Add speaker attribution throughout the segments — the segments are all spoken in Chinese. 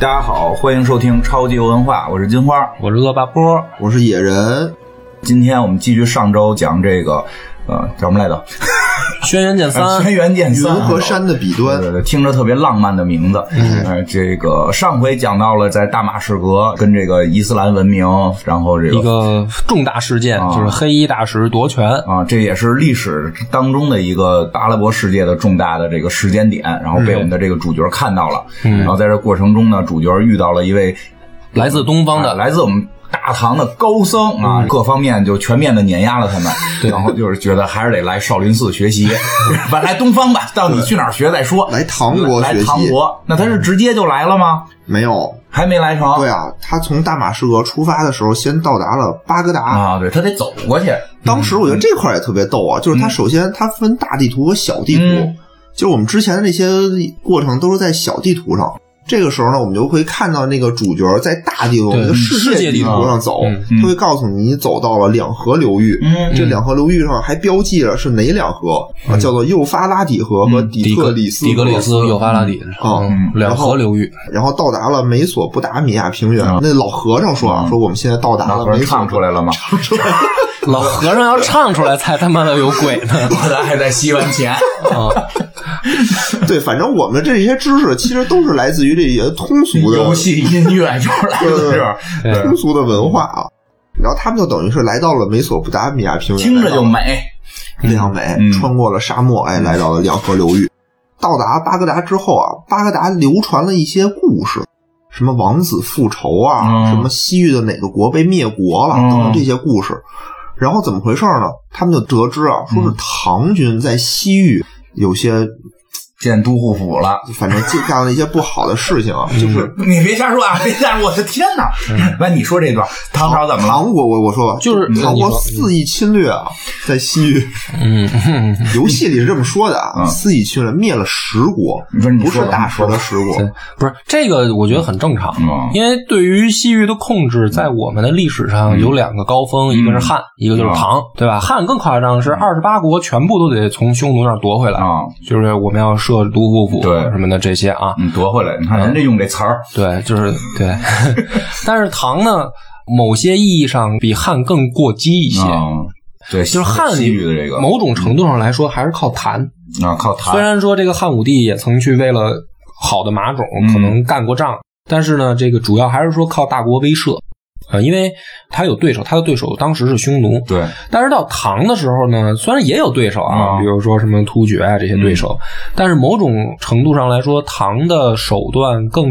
Speaker 1: 大家好，欢迎收听超级游文化，我是金花。
Speaker 2: 我是恶霸波，
Speaker 3: 我是野人，
Speaker 1: 今天我们继续上周讲这个，呃，叫什么来着？呃
Speaker 2: 轩辕剑
Speaker 1: 哎轩
Speaker 2: 三，
Speaker 1: 辕剑
Speaker 3: 云
Speaker 1: 三。啊
Speaker 3: 和山的彼
Speaker 1: 对
Speaker 3: 端
Speaker 1: 对，对，听着特别浪漫的名字。
Speaker 3: 嗯
Speaker 1: 呃，这个上回讲到了在大马士革跟这个伊斯兰文明，然后这
Speaker 2: 一
Speaker 1: 个
Speaker 2: 个重大事件，
Speaker 1: 啊
Speaker 2: 就是黑衣大使夺权。
Speaker 1: 啊，这也是历史当中的一个阿拉伯世界的重大的这个时间点，然后被我们的这个主角看到了。
Speaker 2: 嗯
Speaker 1: 然后在这过程中呢，主角遇到了一位
Speaker 2: 来自东方
Speaker 1: 啊，
Speaker 3: 哎
Speaker 2: 的，
Speaker 1: 来自我们大唐的高僧啊，
Speaker 3: 嗯
Speaker 1: 各方面就全面的碾压了他们，然后就是觉得还是得来少林寺学 习，本来东方吧，到底去哪儿学再说。
Speaker 3: 来唐国
Speaker 1: 来
Speaker 3: 学习，
Speaker 1: 唐国，那他是直接就来了吗？
Speaker 3: 没有。
Speaker 1: 还没来成。
Speaker 3: 对啊，他从大马士革出发的时候，先到达了巴格达。
Speaker 1: 啊，对他得走过去。
Speaker 3: 当时我觉得这块儿也特别逗啊，就是他首先他分大地图和小地图，
Speaker 1: 嗯
Speaker 3: 就是我们之前的那些过程都是在小地图上。这个时候呢，我们就会看到那个主角在大地图、
Speaker 2: 对
Speaker 3: 那个世
Speaker 2: 世界
Speaker 3: 地
Speaker 2: 地
Speaker 3: 图
Speaker 2: 图
Speaker 3: 上走
Speaker 2: 嗯，
Speaker 3: 他会告诉你你走到了两河流域。
Speaker 1: 嗯
Speaker 3: 这两河流域上还标记了是哪两河、啊，叫做幼发拉底河和底
Speaker 2: 底
Speaker 3: 特
Speaker 2: 格
Speaker 3: 里斯河。
Speaker 2: 底格里斯、幼发拉底，
Speaker 3: 嗯
Speaker 2: 嗯，两河流域。
Speaker 3: 然后到达了美索不达米亚平原。
Speaker 1: 嗯
Speaker 3: 那老和尚说啊
Speaker 1: 嗯，
Speaker 3: 说我们现在到达
Speaker 1: 老
Speaker 3: 了
Speaker 1: 和
Speaker 3: 美
Speaker 1: 尚
Speaker 3: 索
Speaker 1: 唱出来了吗？
Speaker 2: 老和尚要唱出来才他妈的有鬼 呢！
Speaker 1: 咱还在西元 前。
Speaker 2: 啊，
Speaker 3: 对，反正我们这些知识其实都是来自于这些通俗的
Speaker 1: 游戏音乐又来了， 是
Speaker 2: 对
Speaker 3: 通俗的文化啊。然后他们就等于是来到了美索不达米亚平原，
Speaker 1: 听着就美。
Speaker 3: 非常美，
Speaker 1: 嗯
Speaker 3: 穿过了沙漠，哎，来到了两河流域。到达巴格达之后啊，巴格达流传了一些故事，什么王子复仇啊，
Speaker 1: 嗯
Speaker 3: 什么西域的哪个国被灭国了，
Speaker 1: 嗯
Speaker 3: 等等这些故事。然后怎么回事呢？他们就得知啊，
Speaker 1: 嗯
Speaker 3: 说是唐军在西域有些，
Speaker 1: 见都护府了。
Speaker 3: 反正就干了一些不好的事情啊，
Speaker 1: 嗯
Speaker 3: 就是
Speaker 1: 你别瞎说啊！别瞎说，我的天哪！
Speaker 3: 嗯
Speaker 1: 来，你说这段唐朝怎么了？
Speaker 3: 唐国，我我说吧，
Speaker 2: 就是
Speaker 1: 嗯
Speaker 3: 唐国
Speaker 2: 你说
Speaker 3: 肆意侵略啊，在 西域，
Speaker 2: 嗯，哼
Speaker 3: 游戏里是这么说的啊，
Speaker 1: 嗯
Speaker 3: 肆意侵略灭了十国，
Speaker 1: 你说你
Speaker 3: 不是
Speaker 1: 说吧
Speaker 3: 大
Speaker 1: 你说
Speaker 3: 蛇
Speaker 1: 吧
Speaker 3: 的十国，
Speaker 2: 对不是这个，我觉得很正常，
Speaker 1: 嗯
Speaker 2: 因为对于西域的控制，在我们的历史上有两个高峰，一个是汉，一个就是唐，对吧？汉更夸张，是二十八国全部都得从匈奴那儿夺回来，
Speaker 1: 啊，
Speaker 2: 就是我们要设都护府
Speaker 1: 对
Speaker 2: 什么的这些啊。
Speaker 1: 你嗯夺回来，你看咱这用这词儿，
Speaker 2: 对，就是对。 但是唐呢，某些意义上比汉更过激一些，
Speaker 1: 嗯，对，
Speaker 2: 就是汉
Speaker 1: 西
Speaker 2: 语
Speaker 1: 域的这个
Speaker 2: 某种程度上来说还是靠谈。
Speaker 1: 啊，靠
Speaker 2: 虽
Speaker 1: 谈，
Speaker 2: 然说这个汉武帝也曾去为了好的马种
Speaker 1: 嗯
Speaker 2: 可能干过仗，但是呢，这个主要还是说靠大国威慑。啊，因为他有对手，他的对手当时是匈奴，
Speaker 1: 对，
Speaker 2: 但是到唐的时候呢，虽然也有对手啊，
Speaker 1: 啊
Speaker 2: 比如说什么突厥啊这些对手，但是某种程度上来说，唐的手段更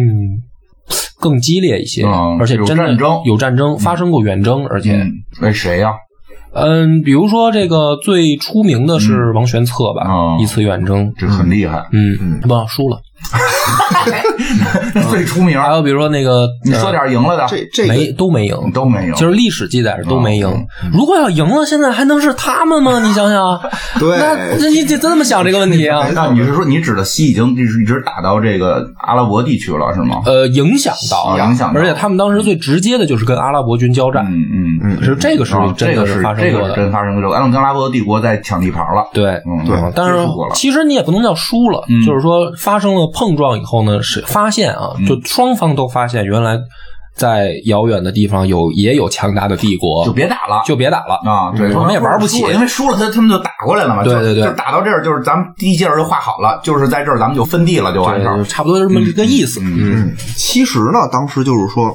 Speaker 2: 更激烈一些，
Speaker 1: 嗯
Speaker 2: 而且真的
Speaker 1: 有战争
Speaker 2: 有战争发生过远征，而且
Speaker 1: 嗯，为谁呀？
Speaker 2: 嗯，比如说这个最出名的是王玄策吧，
Speaker 1: 嗯
Speaker 2: 一次远征，
Speaker 1: 这很厉 害，
Speaker 2: 嗯，忘了输了。
Speaker 1: 最出名儿。
Speaker 2: 还有比如说那个，
Speaker 1: 啊你说点赢了的，
Speaker 3: 这这
Speaker 2: 没
Speaker 3: 个
Speaker 2: 都没赢，
Speaker 1: 都没赢，
Speaker 2: 就是历史记载是都没赢。如果要赢了，现在还能是他们吗？你想想，
Speaker 3: 对嗯
Speaker 2: 那这你得这么想这个问题啊。
Speaker 1: 哎那你是说你指的西已经一直一直打到这个阿拉伯地区了，是吗？
Speaker 2: 呃，影响到，
Speaker 1: 影响到
Speaker 2: 而且他们当时最直接的就是跟阿拉伯军交战，
Speaker 1: 嗯嗯，
Speaker 2: 是这个是
Speaker 1: 啊
Speaker 2: 真
Speaker 1: 这
Speaker 2: 的
Speaker 1: 个是
Speaker 2: 发生
Speaker 1: 这
Speaker 2: 过
Speaker 1: 个是
Speaker 2: 的，
Speaker 1: 真发生过，阿拉伯帝国在抢地盘了，
Speaker 2: 对。
Speaker 1: 嗯，
Speaker 3: 对
Speaker 2: 嗯但是
Speaker 1: 接触过了嗯
Speaker 2: 其实你也不能叫输了，就是说发生了碰撞以后呢，是发现啊，
Speaker 1: 嗯
Speaker 2: 就双方都发现原来在遥远的地方有也有强大的帝国，
Speaker 1: 就别打了，
Speaker 2: 就别打了
Speaker 1: 啊，对，
Speaker 2: 我们也玩不起
Speaker 1: 输了因为输了他他们就打过来了嘛，
Speaker 2: 对
Speaker 1: 就
Speaker 2: 对对
Speaker 1: 就是打到这儿，就是咱们第一阶段就画好了，就是在这儿咱们就分地了，就完事儿
Speaker 2: 对，，差不多就这么一个意思。嗯，
Speaker 3: 其实呢，当时就是说。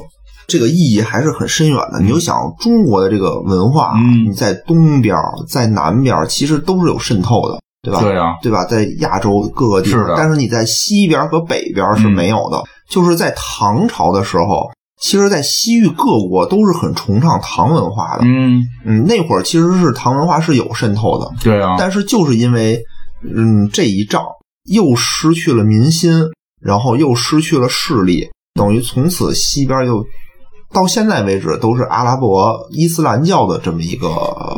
Speaker 3: 这个意义还是很深远的。你就想中国的这个文化，啊
Speaker 1: 嗯
Speaker 3: 你在东边儿、在南边儿，其实都是有渗透的，对吧？
Speaker 1: 对啊，
Speaker 3: 对吧？在亚洲各个地方，
Speaker 1: 是的嗯
Speaker 3: 但是你在西边和北边是没有的。就是在唐朝的时候，其实，在西域各国都是很崇尚唐文化的。
Speaker 1: 嗯，
Speaker 3: 嗯，那会儿其实是唐文化是有渗透的，
Speaker 1: 对啊，
Speaker 3: 但是就是因为，嗯，这一仗又失去了民心，然后又失去了势力，等于从此西边又。到现在为止，都是阿拉伯伊斯兰教的这么一个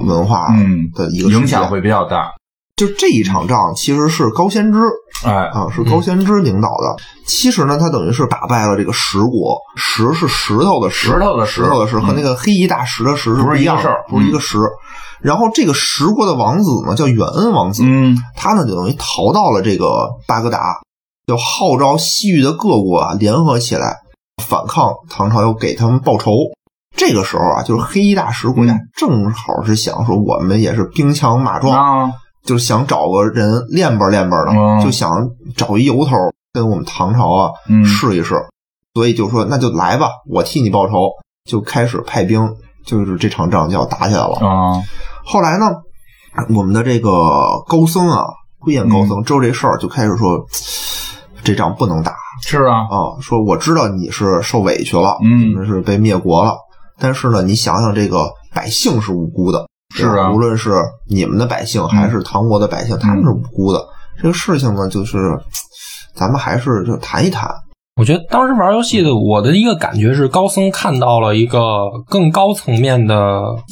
Speaker 3: 文化
Speaker 1: 嗯
Speaker 3: 的一个
Speaker 1: 影
Speaker 3: 事
Speaker 1: 响
Speaker 3: 件
Speaker 1: 会比较大，
Speaker 3: 就这一场仗其实是高仙芝
Speaker 1: 哎，
Speaker 3: 啊，是高仙芝领导的。其实呢，他等于是打败了这个石国，石是石头的石，
Speaker 1: 石头的石嗯
Speaker 3: 石头的石，和那个黑衣大石的石是
Speaker 1: 不是一
Speaker 3: 一样
Speaker 1: 个事
Speaker 3: 的
Speaker 1: 儿，嗯
Speaker 3: 不是一个石。然后这个石国的王子呢，叫远恩王子，
Speaker 1: 嗯
Speaker 3: 他呢就等于逃到了这个巴格达，就号召西域的各国啊联合起来反抗唐朝，要给他们报仇。这个时候啊，就是黑衣大食国家
Speaker 1: 嗯
Speaker 3: 正好是想说，我们也是兵强马壮，
Speaker 1: 啊，
Speaker 3: 就是想找个人练吧练吧
Speaker 1: 嗯
Speaker 3: 的，就想找一由头跟我们唐朝啊
Speaker 1: 嗯
Speaker 3: 试一试。所以就说那就来吧，我替你报仇，就开始派兵，就是这场仗就要打起来了。
Speaker 1: 啊，
Speaker 3: 后来呢，我们的这个高僧啊，慧眼高
Speaker 1: 嗯
Speaker 3: 僧知道这事儿，就开始说，这仗不能打
Speaker 1: 是啊，
Speaker 3: 啊，说我知道你是受委屈了，
Speaker 1: 嗯
Speaker 3: 你们是被灭国了，但是呢，你想想这个百姓是无辜的，
Speaker 1: 是啊嗯
Speaker 3: 无论是你们的百姓还是唐国的百姓，他们是无辜的。这个事情呢，就是咱们还是就谈一谈，
Speaker 2: 我觉得当时玩游戏的我的一个感觉是，高僧看到了一个更高层面的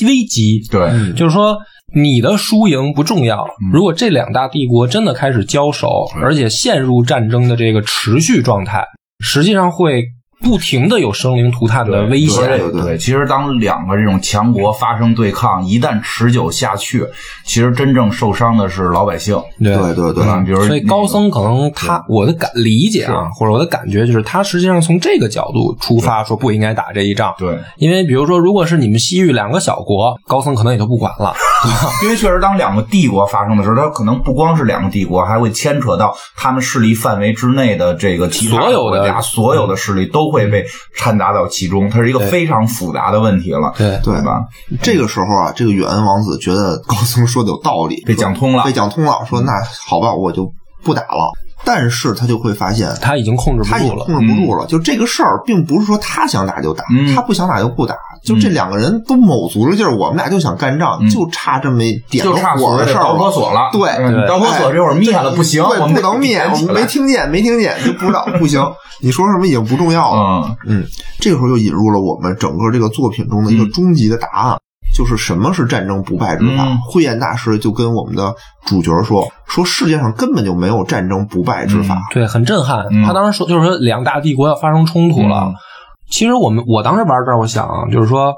Speaker 2: 危机，
Speaker 1: 对，
Speaker 2: 就是说你的输赢不重要。如果这两大帝国真的开始交手，而且陷入战争的这个持续状态，实际上会不停的有生灵涂炭的危
Speaker 1: 对
Speaker 2: 险。
Speaker 1: 对
Speaker 3: 对
Speaker 1: 对，其实当两个这种强国发生对抗，一旦持久下去，其实真正受伤的是老百姓。
Speaker 2: 对
Speaker 3: 对对对，
Speaker 1: 吧？比如
Speaker 2: 嗯所以
Speaker 1: 那个
Speaker 2: 高僧可能他我的感理解啊，或者我的感觉就是，他实际上从这个角度出发，说不应该打这一仗。
Speaker 1: 对，
Speaker 2: 因为比如说，如果是你们西域两个小国，高僧可能也就不管了。
Speaker 1: 因为确实当两个帝国发生的时候，它可能不光是两个帝国，还会牵扯到他们势力范围之内的这个其他
Speaker 2: 所有的
Speaker 1: 国家，所有的势力都会被掺杂到其中，它是一个非常复杂的问题了，
Speaker 2: 对
Speaker 3: 对
Speaker 1: 吧？
Speaker 3: 这个时候啊，这个远恩王子觉得高僧说的有道理，
Speaker 1: 被讲通了嗯
Speaker 3: 被讲通了，说那好吧，我就不打了。但是他就会发现，
Speaker 2: 他已经控制
Speaker 3: 他
Speaker 2: 不
Speaker 3: 已
Speaker 2: 住
Speaker 3: 经
Speaker 2: 了。
Speaker 3: 控制不住了。就这个事儿，并不是说他想打就打，
Speaker 1: 嗯
Speaker 3: 他不想打就不打。就这两个人都卯足了劲儿，我们俩就想干仗，就差这么一点
Speaker 1: 嗯就
Speaker 3: 了
Speaker 1: 差
Speaker 3: 火
Speaker 1: 所谓
Speaker 3: 的
Speaker 1: 的
Speaker 3: 事儿
Speaker 1: 导火
Speaker 3: 了。
Speaker 1: 索了，
Speaker 3: 对哎
Speaker 1: 嗯
Speaker 2: 对
Speaker 1: 导火索这会儿灭了不行，
Speaker 3: 对
Speaker 1: 我们得
Speaker 3: 不能灭，
Speaker 1: 连
Speaker 3: 我
Speaker 1: 起
Speaker 3: 们
Speaker 1: 来
Speaker 3: 没听见，没听见就不知道，不行，你说什么已经不重要了。
Speaker 1: 嗯
Speaker 3: 嗯，这个时候就引入了我们整个这个作品中的一
Speaker 1: 嗯
Speaker 3: 个终极的答案，就是什么是战争不败之法。
Speaker 1: 嗯
Speaker 3: 慧眼大师就跟我们的主角说，说世界上根本就没有战争不败之法。
Speaker 2: 对，很震撼。
Speaker 1: 嗯
Speaker 2: 他当时说，就是说两大帝国要发生冲突了。
Speaker 1: 嗯
Speaker 2: 其实我们我当时玩这儿，我想啊就是说，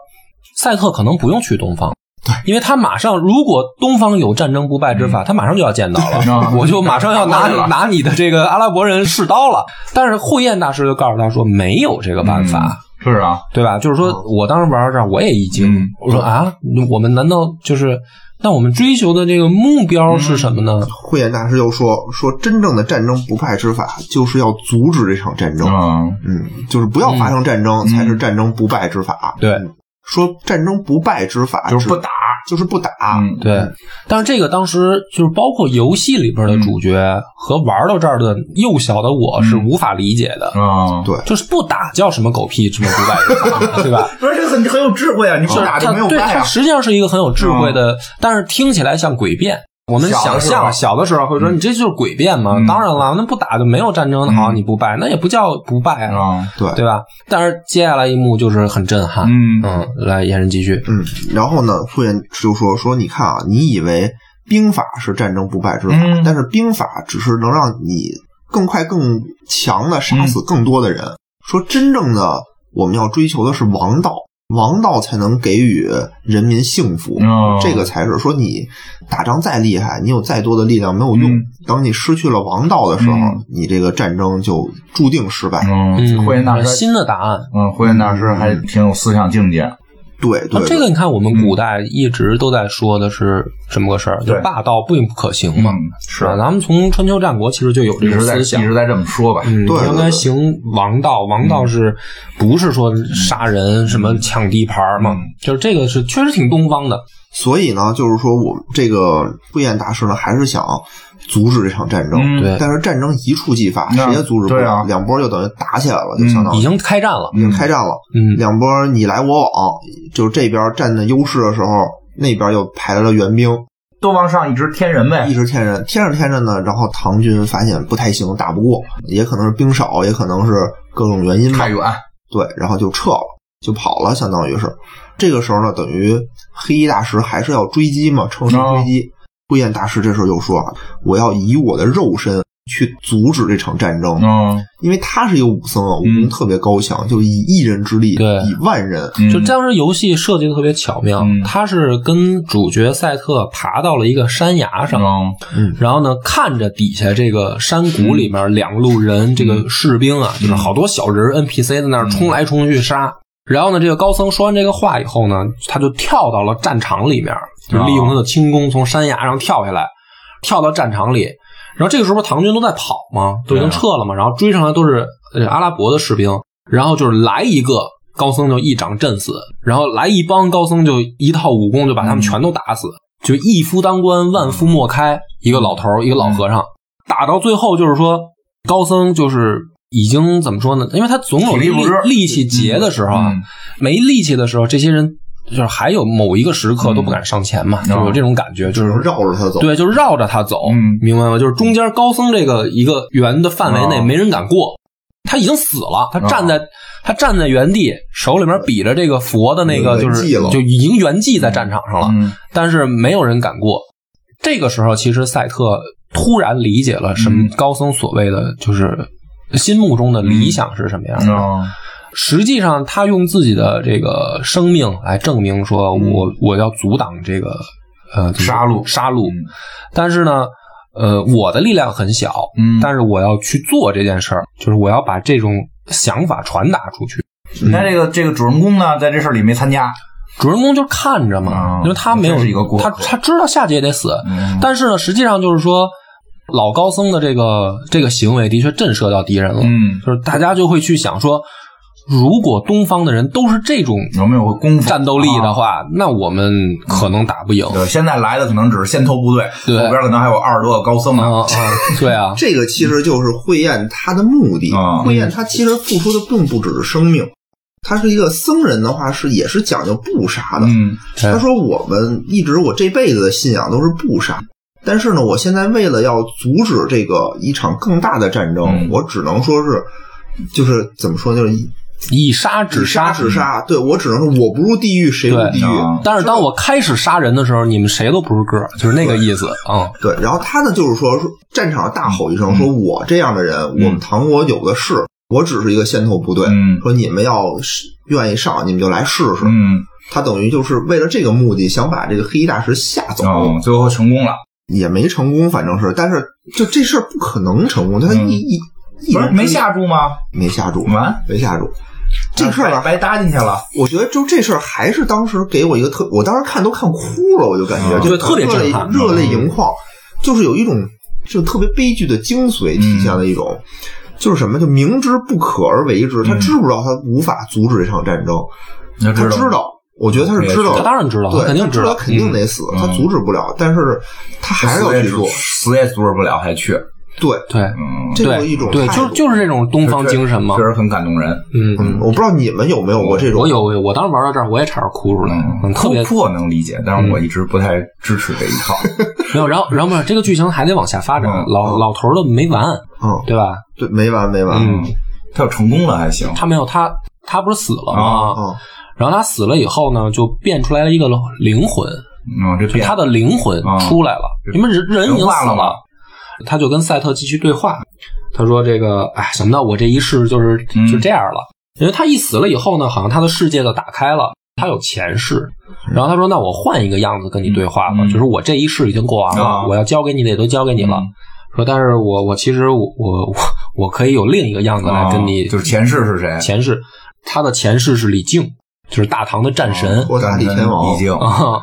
Speaker 2: 赛特可能不用去东方，对，因为他马上如果东方有战争不败之法，他马上就要见到了，
Speaker 1: 嗯 对
Speaker 2: 我就马上要拿
Speaker 1: 打过来了
Speaker 2: 拿你的这个阿拉伯人试刀了。但是慧燕大师就告诉他说，没有这个办法。
Speaker 1: 是啊，
Speaker 2: 对吧？就是说我当时玩到这儿，我也一惊，
Speaker 1: 嗯
Speaker 2: 我说啊，我们难道就是那我们追求的这个目标是什么呢？
Speaker 1: 嗯
Speaker 3: 慧眼大师又说，说真正的战争不败之法就是要阻止这场战争，
Speaker 1: 嗯
Speaker 3: 嗯就是不要发生战争、才是战争不败之法。
Speaker 2: 对
Speaker 3: 嗯说战争不败之法
Speaker 1: 就是不
Speaker 3: 只
Speaker 1: 打，
Speaker 3: 就是不打。
Speaker 1: 嗯
Speaker 2: 对，但是这个当时就是包括游戏里边的
Speaker 1: 嗯
Speaker 2: 主角和玩到这儿的幼小的我是无法理解的，
Speaker 1: 嗯，
Speaker 3: 对
Speaker 2: 就是不打叫什么狗屁这么不败 之法，对吧？
Speaker 1: 不是这很很有智慧啊，你不
Speaker 2: 就是
Speaker 1: 打就
Speaker 2: 它
Speaker 1: 没有
Speaker 2: 对
Speaker 1: 败
Speaker 2: 它
Speaker 1: 啊，嗯
Speaker 2: 实际上是一个很有智慧的，但是听起来像诡辩。我们
Speaker 1: 小的
Speaker 2: 想
Speaker 1: 时候啊
Speaker 2: 象小的时候会说你这就是诡辩嘛？
Speaker 1: 嗯
Speaker 2: 当然了，那不打就没有战争的好，你不败那也不叫不败啊，
Speaker 1: 啊，
Speaker 3: 对
Speaker 2: 对吧？但是接下来一幕就是很震撼，
Speaker 1: 嗯
Speaker 2: 嗯，来延人继续，
Speaker 3: 嗯，然后呢，傅园就说说，你看啊，你以为兵法是战争不败之法，
Speaker 1: 嗯
Speaker 3: 但是兵法只是能让你更快、更强的杀
Speaker 1: 嗯
Speaker 3: 死更多的人。说真正的，我们要追求的是王道，王道才能给予人民幸福。
Speaker 1: 哦
Speaker 3: 嗯这个才是说你打仗再厉害，你有再多的力量没有用。
Speaker 1: 嗯
Speaker 3: 当你失去了王道的时候，
Speaker 1: 嗯
Speaker 3: 你这个战争就注定失败。
Speaker 1: 嗯，慧眼大师，
Speaker 2: 新的答案，
Speaker 1: 嗯，慧眼大师还挺有思想境界，
Speaker 3: 对对
Speaker 1: 哦
Speaker 2: 啊
Speaker 3: 对
Speaker 2: 这个你看，我们古代一直都在说的是什么个事儿？就
Speaker 1: 对
Speaker 2: 霸道并不可行嘛。
Speaker 1: 嗯，是
Speaker 2: 啊，咱们从春秋战国其实就有这
Speaker 1: 一
Speaker 2: 个
Speaker 1: 直在
Speaker 2: 思
Speaker 1: 一
Speaker 2: 想。
Speaker 1: 直在这么说吧，
Speaker 2: 嗯，
Speaker 3: 对对
Speaker 2: 应该行王
Speaker 1: 嗯
Speaker 2: 道，王道是不是说杀人什么抢地盘儿嘛
Speaker 1: 嗯？
Speaker 2: 就是这个是确实挺东方的，
Speaker 3: 所以呢，就是说我们这个慧眼大师呢，还是想阻止这场战争。
Speaker 1: 嗯
Speaker 2: 对
Speaker 3: 但是战争一触即发，
Speaker 1: 那
Speaker 3: 谁也阻止不
Speaker 1: 对
Speaker 3: 了，
Speaker 1: 啊
Speaker 3: 两波就等于打起来了，
Speaker 1: 嗯
Speaker 3: 就相当
Speaker 2: 已
Speaker 3: 于
Speaker 2: 经开战了。
Speaker 3: 已经开战了。
Speaker 2: 嗯，
Speaker 3: 两波你来我往，就这边占的优势的时候，那边又排来了援兵，
Speaker 1: 都往上一直添人呗
Speaker 3: 一，直添人，添着添着呢，然后唐军发现不太行，打不过，也可能是兵少，也可能是各种原因吧
Speaker 1: 太，远，
Speaker 3: 对，然后就撤了，就跑了，相当于是。这个时候呢，等于黑衣大师还
Speaker 1: 哦
Speaker 3: 是要追击嘛，乘胜追击。慧眼大师这时候又说啊：“我要以我的肉身去阻止这场战争，
Speaker 1: 嗯，
Speaker 3: 因为他是一个武僧啊，武
Speaker 1: 嗯
Speaker 3: 功特别高强，就以一人之力
Speaker 2: 对
Speaker 3: 以万人，
Speaker 2: 就当时游戏设计的特别巧妙
Speaker 1: 嗯，
Speaker 2: 他是跟主角赛特爬到了一个山崖上，
Speaker 1: 嗯
Speaker 2: 然后呢，看着底下这个山谷里面两路人，这个士兵啊，就是好多小人 NPC 在那儿冲来冲去杀。然后呢，这个高僧说完这个话以后呢，他就跳到了战场里面，就是利用他的轻功从山崖上跳下来，跳到战场里。然后这个时候唐军都在跑嘛，都已经撤了嘛，然后追上来都是呃阿拉伯的士兵，然后就是来一个高僧就一掌震死，然后来一帮高僧就一套武功就把他们全都打死，就一夫当关万夫莫开，一个老头儿一个老和尚，打到最后就是说高僧就是已经怎么说呢？因为他总有
Speaker 1: 体力
Speaker 2: 力
Speaker 1: 不支
Speaker 2: 力气竭的时候啊，
Speaker 1: 嗯
Speaker 2: 没力气的时候，这些人就是还有某一个时刻都不敢上前嘛，就有这种感觉，就
Speaker 3: 只
Speaker 2: 是
Speaker 3: 能绕着他走。
Speaker 2: 对，就是绕着他走，
Speaker 1: 嗯
Speaker 2: 明白吗？就是中间高僧这个一个圆的范围内
Speaker 1: 啊
Speaker 2: 没人敢过，他已经死了，他站在、他站在原地，手里面比着这个佛的那个，
Speaker 3: 圆
Speaker 2: 就是
Speaker 3: 寂了
Speaker 2: 就已经圆寂在战场上了，
Speaker 1: 嗯
Speaker 2: 但是没有人敢过。这个时候，其实赛特突然理解了什么
Speaker 1: 嗯
Speaker 2: 高僧所谓的就是心目中的理想是什么样的。
Speaker 1: 嗯
Speaker 2: 实际上，他用自己的这个生命来证明说我，我要阻挡这个呃
Speaker 1: 嗯杀戮
Speaker 2: 杀戮。
Speaker 1: 嗯
Speaker 2: 但是呢，呃，我的力量很小，
Speaker 1: 嗯
Speaker 2: 但是我要去做这件事儿，就是我要把这种想法传达出去。
Speaker 1: 你看这个这个主人公呢，在这事儿里没参加，
Speaker 2: 主人公就看着嘛，
Speaker 1: 啊
Speaker 2: 因为他没有
Speaker 1: 这是一个过客
Speaker 2: 他他知道下集也得死，
Speaker 1: 嗯
Speaker 2: 但是呢，实际上就是说，老高僧的这个这个行为的确震慑到敌人了，
Speaker 1: 嗯，
Speaker 2: 就是大家就会去想说，如果东方的人都是这种
Speaker 1: 有没有个功夫
Speaker 2: 战斗力的
Speaker 1: 啊
Speaker 2: 话，那我们可能打不赢。
Speaker 1: 对，现在来的可能只是先头部队，
Speaker 2: 对
Speaker 1: 后边可能还有二十多个高僧
Speaker 2: 啊
Speaker 1: 呢。
Speaker 2: 啊，对啊，
Speaker 3: 这个其实就是慧燕她的目的
Speaker 1: 啊。
Speaker 3: 慧燕她其实付出的并不只是生命，她是一个僧人的话是也是讲究不杀的。
Speaker 1: 嗯
Speaker 2: 对
Speaker 3: 他说我们一直我这辈子的信仰都是不杀，但是呢，我现在为了要阻止这个一场更大的战争，
Speaker 1: 嗯
Speaker 3: 我只能说是，就是怎么说，就是以
Speaker 2: 以杀止杀
Speaker 3: 杀止杀。对我只能说我不入地狱谁入
Speaker 2: 对
Speaker 3: 地狱。
Speaker 1: 啊
Speaker 2: 但是当我开始杀人的时候，你们谁都不是个儿，就是那个意思啊。
Speaker 3: 对，然后他呢就是说说战场大吼一声，
Speaker 1: 嗯
Speaker 3: 说我这样的人，我们唐国有的是，我只是一个先头部队。
Speaker 1: 嗯
Speaker 3: 说你们要是愿意上，你们就来试试。
Speaker 1: 嗯，
Speaker 3: 他等于就是为了这个目的，想把这个黑衣大师吓走。
Speaker 1: 哦，最后成功了，
Speaker 3: 也没成功，反正是，但是就这事儿不可能成功，他一、
Speaker 1: 嗯
Speaker 3: 一一
Speaker 1: 不是
Speaker 3: 人
Speaker 1: 没下注吗？
Speaker 3: 没下注，
Speaker 1: 完
Speaker 3: 没下注。这事儿
Speaker 1: 白
Speaker 3: 啊，
Speaker 1: 白搭进去了。
Speaker 3: 我觉得就这事儿还是当时给我一个特，我当时看都看哭了，我就感觉、
Speaker 1: 嗯
Speaker 3: 就
Speaker 2: 对特别
Speaker 3: 热
Speaker 2: 震
Speaker 3: 泪
Speaker 2: 撼
Speaker 3: 热泪盈眶，就是有一种就特别悲剧的精髓体现了一种，就是什么，就明知不可而为之，他知不知道他无法阻止这场战争，
Speaker 1: 他
Speaker 3: 他知道，我觉得他是知道
Speaker 2: 他
Speaker 3: 的，
Speaker 2: 当然知道，
Speaker 3: 对，
Speaker 2: 肯定
Speaker 3: 他知
Speaker 2: 道，
Speaker 3: 肯
Speaker 2: 嗯
Speaker 3: 定得死，
Speaker 1: 嗯
Speaker 3: 他阻止不了，但是他还是要去做，
Speaker 1: 死也阻止不了，还去。
Speaker 3: 对。
Speaker 2: 对
Speaker 1: 嗯，
Speaker 3: 这就是
Speaker 2: 对
Speaker 3: 一种
Speaker 2: 对，
Speaker 3: 态
Speaker 2: 就
Speaker 3: 度
Speaker 2: 就是这种东方精神嘛
Speaker 1: 确。实很感动人。
Speaker 2: 嗯，
Speaker 3: 嗯，我不知道你们有没有过这种
Speaker 2: 我，有，我有我当时玩到这儿，我也差点哭出来，嗯，特别嗯
Speaker 1: 突破能理解，但是我一直不太支持这一 套。
Speaker 2: 没有。然后，然后不是这个剧情还得往下发展，
Speaker 1: 嗯
Speaker 2: 老老头儿的没完，
Speaker 3: 嗯，
Speaker 2: 对吧？
Speaker 3: 对，没完没完，
Speaker 2: 嗯，
Speaker 1: 他要成功了还行。
Speaker 2: 他没有他，他不是死了
Speaker 1: 啊
Speaker 2: 吗？
Speaker 3: 嗯，
Speaker 2: 然后他死了以后呢，就变出来了一个灵魂，
Speaker 1: 嗯，这变
Speaker 2: 他的灵魂
Speaker 1: 啊
Speaker 2: 出来了，因为人人已经
Speaker 1: 人化
Speaker 2: 死
Speaker 1: 了嘛
Speaker 2: 他就跟赛特继续对话。他说：“这个，哎，想不到我这一世就是
Speaker 1: 嗯
Speaker 2: 就这样了。因为他一死了以后呢，好像他的世界就打开了，他有前世。然后他说：‘那我换一个样子跟你对话吧，
Speaker 1: 嗯
Speaker 2: 就是我这一世已经过完了，
Speaker 1: 啊
Speaker 2: 我要交给你的也都交给你了。
Speaker 1: 嗯
Speaker 2: 说，但是我我其实我我我我可以有另一个样子来跟你，
Speaker 1: 啊就是前世是谁？
Speaker 2: 前世，他的前世是李靖，就是大唐的战神。
Speaker 3: 我打李天王
Speaker 1: 已，经
Speaker 2: 啊，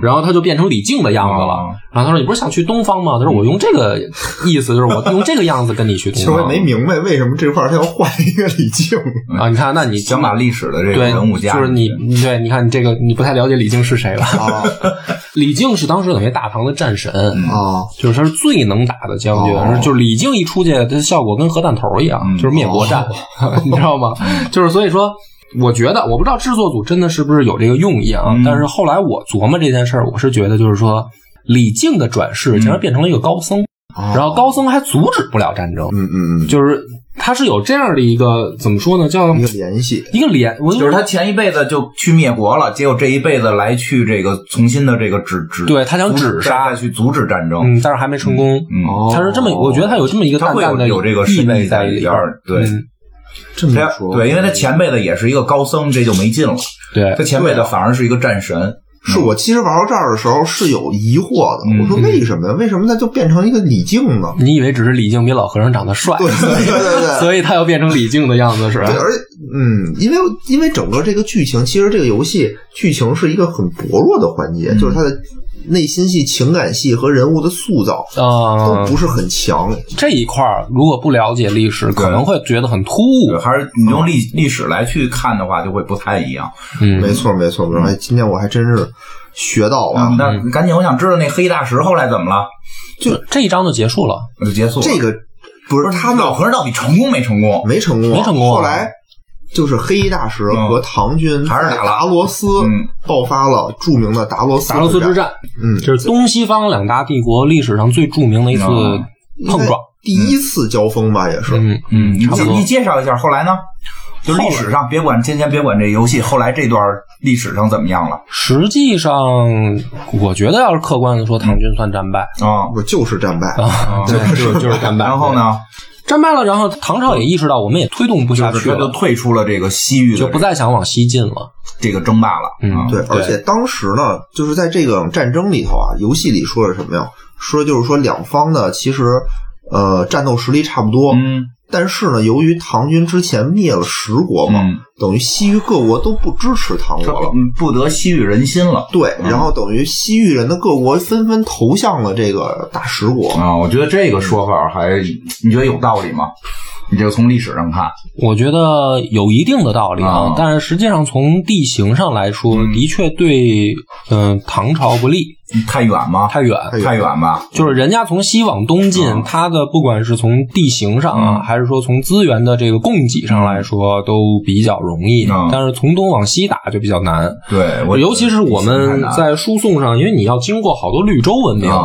Speaker 2: 然后他就变成李靖的样子了。
Speaker 1: 啊
Speaker 2: 然后他说：“你不是想去东方吗？”他说：“我用这个意思，就是我用这个样子跟你去
Speaker 3: 其
Speaker 2: 东
Speaker 3: 实
Speaker 2: 方。”
Speaker 3: 我也没明白为什么这块儿他要换一个李 靖，
Speaker 2: 啊，你看，那你
Speaker 1: 想把历史的这个
Speaker 2: 对
Speaker 1: 人物加
Speaker 2: 就是
Speaker 1: 进
Speaker 2: 你
Speaker 1: 去
Speaker 2: 对，你看你这个你不太了解李靖是谁吧？
Speaker 3: 啊
Speaker 2: 李靖是当时等于大唐的战神，
Speaker 1: 嗯
Speaker 3: 啊，
Speaker 2: 就是他是最能打的将军，
Speaker 3: 哦
Speaker 2: 就是李靖一出去，他效果跟核弹头一样，
Speaker 1: 嗯哦
Speaker 2: 就是灭国战， 你知道吗？就是所以说。我觉得我不知道制作组真的是不是有这个用意啊，
Speaker 1: 嗯
Speaker 2: 但是后来我琢磨这件事儿，我是觉得就是说，李
Speaker 1: 嗯
Speaker 2: 靖的转世竟然变成了一个高僧，然后高僧还阻止不了战争，
Speaker 3: 嗯嗯嗯，
Speaker 2: 就是它是有这样的一个怎么说呢，叫
Speaker 3: 一个联系。
Speaker 2: 一个联，我
Speaker 1: 就是他前一辈子就去灭国了，结果这一辈子来去这个重新的这个止止，
Speaker 2: 对他想
Speaker 1: 止
Speaker 2: 止杀，
Speaker 1: 去阻止战争，
Speaker 2: 嗯，但是还没成功。
Speaker 1: 嗯，
Speaker 3: 哦
Speaker 2: 他是这么，我觉得他有这么一个
Speaker 1: 他
Speaker 2: 淡
Speaker 1: 会
Speaker 2: 淡
Speaker 1: 有
Speaker 2: 的
Speaker 1: 有这个
Speaker 2: 意
Speaker 1: 深
Speaker 2: 味
Speaker 1: 意
Speaker 2: 在
Speaker 1: 在
Speaker 2: 里边
Speaker 1: 边
Speaker 2: 儿。
Speaker 1: 儿，对。
Speaker 2: 嗯
Speaker 3: 这
Speaker 1: 他
Speaker 3: 么说，
Speaker 1: 对，因为他前辈子也是一个高僧，这就没劲了。
Speaker 2: 对
Speaker 1: 他，前辈子反而是一个战神，
Speaker 3: 是我其实玩到这儿的时候是有疑惑的，
Speaker 1: 嗯
Speaker 3: 我说为什么呀？为什么他就变成一个李靖呢？
Speaker 2: 你以为只是李靖比老和尚长得帅，
Speaker 3: 对对对对对。
Speaker 2: 所以他要变成李靖的样子是吧
Speaker 3: 对，？而嗯，因为因为整个这个剧情，其实这个游戏剧情是一个很薄弱的环节，
Speaker 1: 嗯
Speaker 3: 就是它的内心戏、情感戏和人物的塑造都
Speaker 2: 啊，
Speaker 3: 不是很强。
Speaker 2: 这一块儿如果不了解历史，可能会觉得很突兀
Speaker 1: 对，。还是你用历历史来去看的话，就会不太一样。
Speaker 2: 嗯，
Speaker 3: 没错，没错，没错。哎，今天我还真是学到了。
Speaker 1: 那
Speaker 2: 嗯
Speaker 1: 赶紧，我想知道那黑大石后来怎么了，
Speaker 2: 这一章就结束了。
Speaker 1: 就结束了。
Speaker 3: 这个不是他们
Speaker 1: 老和尚到底成功没成功？
Speaker 3: 没成功啊，
Speaker 2: 没成功啊嗯
Speaker 3: 后来就是黑衣大石和唐军
Speaker 1: 还是打了
Speaker 3: 在达罗斯
Speaker 1: 嗯
Speaker 3: 爆发了著名的达罗斯
Speaker 2: 达罗斯之
Speaker 3: 战。
Speaker 2: 战，
Speaker 3: 嗯，
Speaker 2: 这是东西方两大帝国历史上最著名的一次
Speaker 1: 嗯
Speaker 2: 碰撞。
Speaker 3: 第一次交锋吧，也是。
Speaker 2: 嗯，
Speaker 1: 嗯，你
Speaker 2: 差不
Speaker 1: 介
Speaker 2: 多
Speaker 1: 你介绍一下，后来呢？就历史上，别管先前别管这游戏，后来这段历史上怎么样了
Speaker 2: 实际上，我觉得要是客观的说，唐军算战败
Speaker 1: 啊？
Speaker 3: 我就是战败，
Speaker 2: 啊，对，就是就是 战败。
Speaker 1: 然后？呢，
Speaker 2: 战败了，然后唐朝也意识到我们也推动不下
Speaker 1: 就是
Speaker 2: 去
Speaker 1: 他就
Speaker 2: 了，
Speaker 1: 退出了这个西域
Speaker 2: 就
Speaker 1: 的
Speaker 2: 不再想往西进了。
Speaker 1: 这个争霸了。
Speaker 2: 嗯
Speaker 1: 啊
Speaker 3: 对，
Speaker 2: 对
Speaker 3: 而且当时呢，就是在这个战争里头啊，游戏里说的什么呀？说就是说两方呢，其实呃战斗实力差不多，
Speaker 1: 嗯
Speaker 3: 但是呢，由于唐军之前灭了十国嘛，
Speaker 1: 嗯，
Speaker 3: 等于西域各国都不支持唐
Speaker 1: 他
Speaker 3: 国了。
Speaker 1: 嗯不得西域人心了。
Speaker 3: 对，
Speaker 1: 嗯
Speaker 3: 然后等于西域人的各国纷纷投向了这个大食国。
Speaker 1: 啊，我觉得这个说法还你觉得有道理吗？你这个从历史上看，
Speaker 2: 我觉得有一定的道理
Speaker 1: 啊嗯
Speaker 2: 啊，但是实际上从地形上来说，的确对，嗯，唐朝不利，
Speaker 1: 太远吗？
Speaker 2: 太远。
Speaker 3: 远
Speaker 1: 太远吧？
Speaker 2: 就是人家从西往东
Speaker 1: 啊
Speaker 2: 进，它的不管是从地形上啊，
Speaker 1: 嗯
Speaker 2: 还是说从资源的这个供给上来说，都比较容易
Speaker 1: 嗯。
Speaker 2: 但是从东往西打就比较难，
Speaker 1: 对，我
Speaker 2: 尤其是我们在输送上，因为你要经过好多绿洲文明，
Speaker 1: 啊，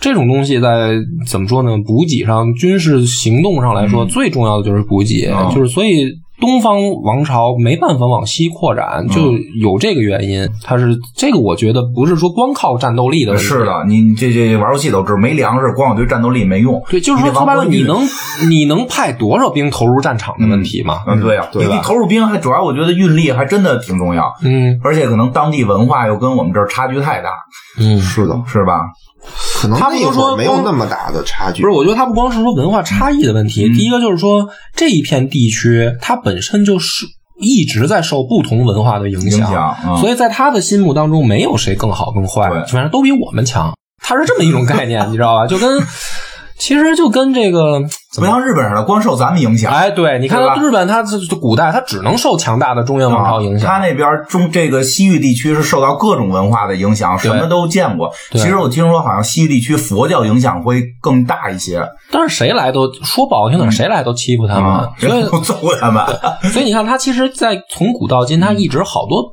Speaker 2: 这种东西在怎么说呢？补给上、军事行动上来说，
Speaker 1: 嗯
Speaker 2: 最重要的就是补给，
Speaker 1: 啊
Speaker 2: 就是所以东方王朝没办法往西扩展，
Speaker 1: 哦
Speaker 2: 就有这个原因。它是这个，我觉得不是说光靠战斗力的问题。
Speaker 1: 是的，你这这玩游戏都知道，没粮食，光有对战斗力没用。
Speaker 2: 对，就是说
Speaker 1: 你得
Speaker 2: 说白了，
Speaker 1: 往过去
Speaker 2: 你能你能派多少兵投入战场的问题嘛？
Speaker 1: 嗯，对呀、
Speaker 3: 对
Speaker 1: 你
Speaker 3: 吧
Speaker 1: 你投入兵还主要，我觉得运力还真的挺重要，
Speaker 2: 嗯
Speaker 1: 而且可能当地文化又跟我们这儿差距太大，
Speaker 2: 嗯，
Speaker 3: 是的，
Speaker 1: 是吧？
Speaker 3: 可能
Speaker 2: 他不
Speaker 3: 那
Speaker 2: 是
Speaker 3: 会
Speaker 2: 说
Speaker 3: 儿没有
Speaker 2: 光
Speaker 3: 那么大的差距。
Speaker 2: 不是，我觉得它不光是说文化差异的问题，
Speaker 1: 嗯
Speaker 2: 第一个就是说这一片地区它本身就是一直在受不同文化的影
Speaker 1: 影响，嗯、
Speaker 2: 所以在他的心目当中，没有谁更好更坏
Speaker 1: 对，
Speaker 2: 反正都比我们强。他是这么一种概念，你知道吧？就跟其实就跟这个怎
Speaker 1: 不
Speaker 2: 么样？
Speaker 1: 像日本似的，光受咱们影响。
Speaker 2: 哎，对，你看
Speaker 1: 对吧
Speaker 2: 日本，它这这古代它只能受强大的中原王朝影
Speaker 1: 他
Speaker 2: 响。
Speaker 1: 那边中这个西域地区是受到各种文化的影响，什么都见过。其
Speaker 2: 对
Speaker 1: 实我听说好像西域地区佛教影响会更大一些，
Speaker 2: 但是谁来都说不好听点，谁来都欺负他们
Speaker 1: 嗯啊，。
Speaker 2: 嗯 所
Speaker 1: 人
Speaker 2: 以
Speaker 1: 都揍他 们。
Speaker 2: 所以你看，他其实，在从古到今，他一直好多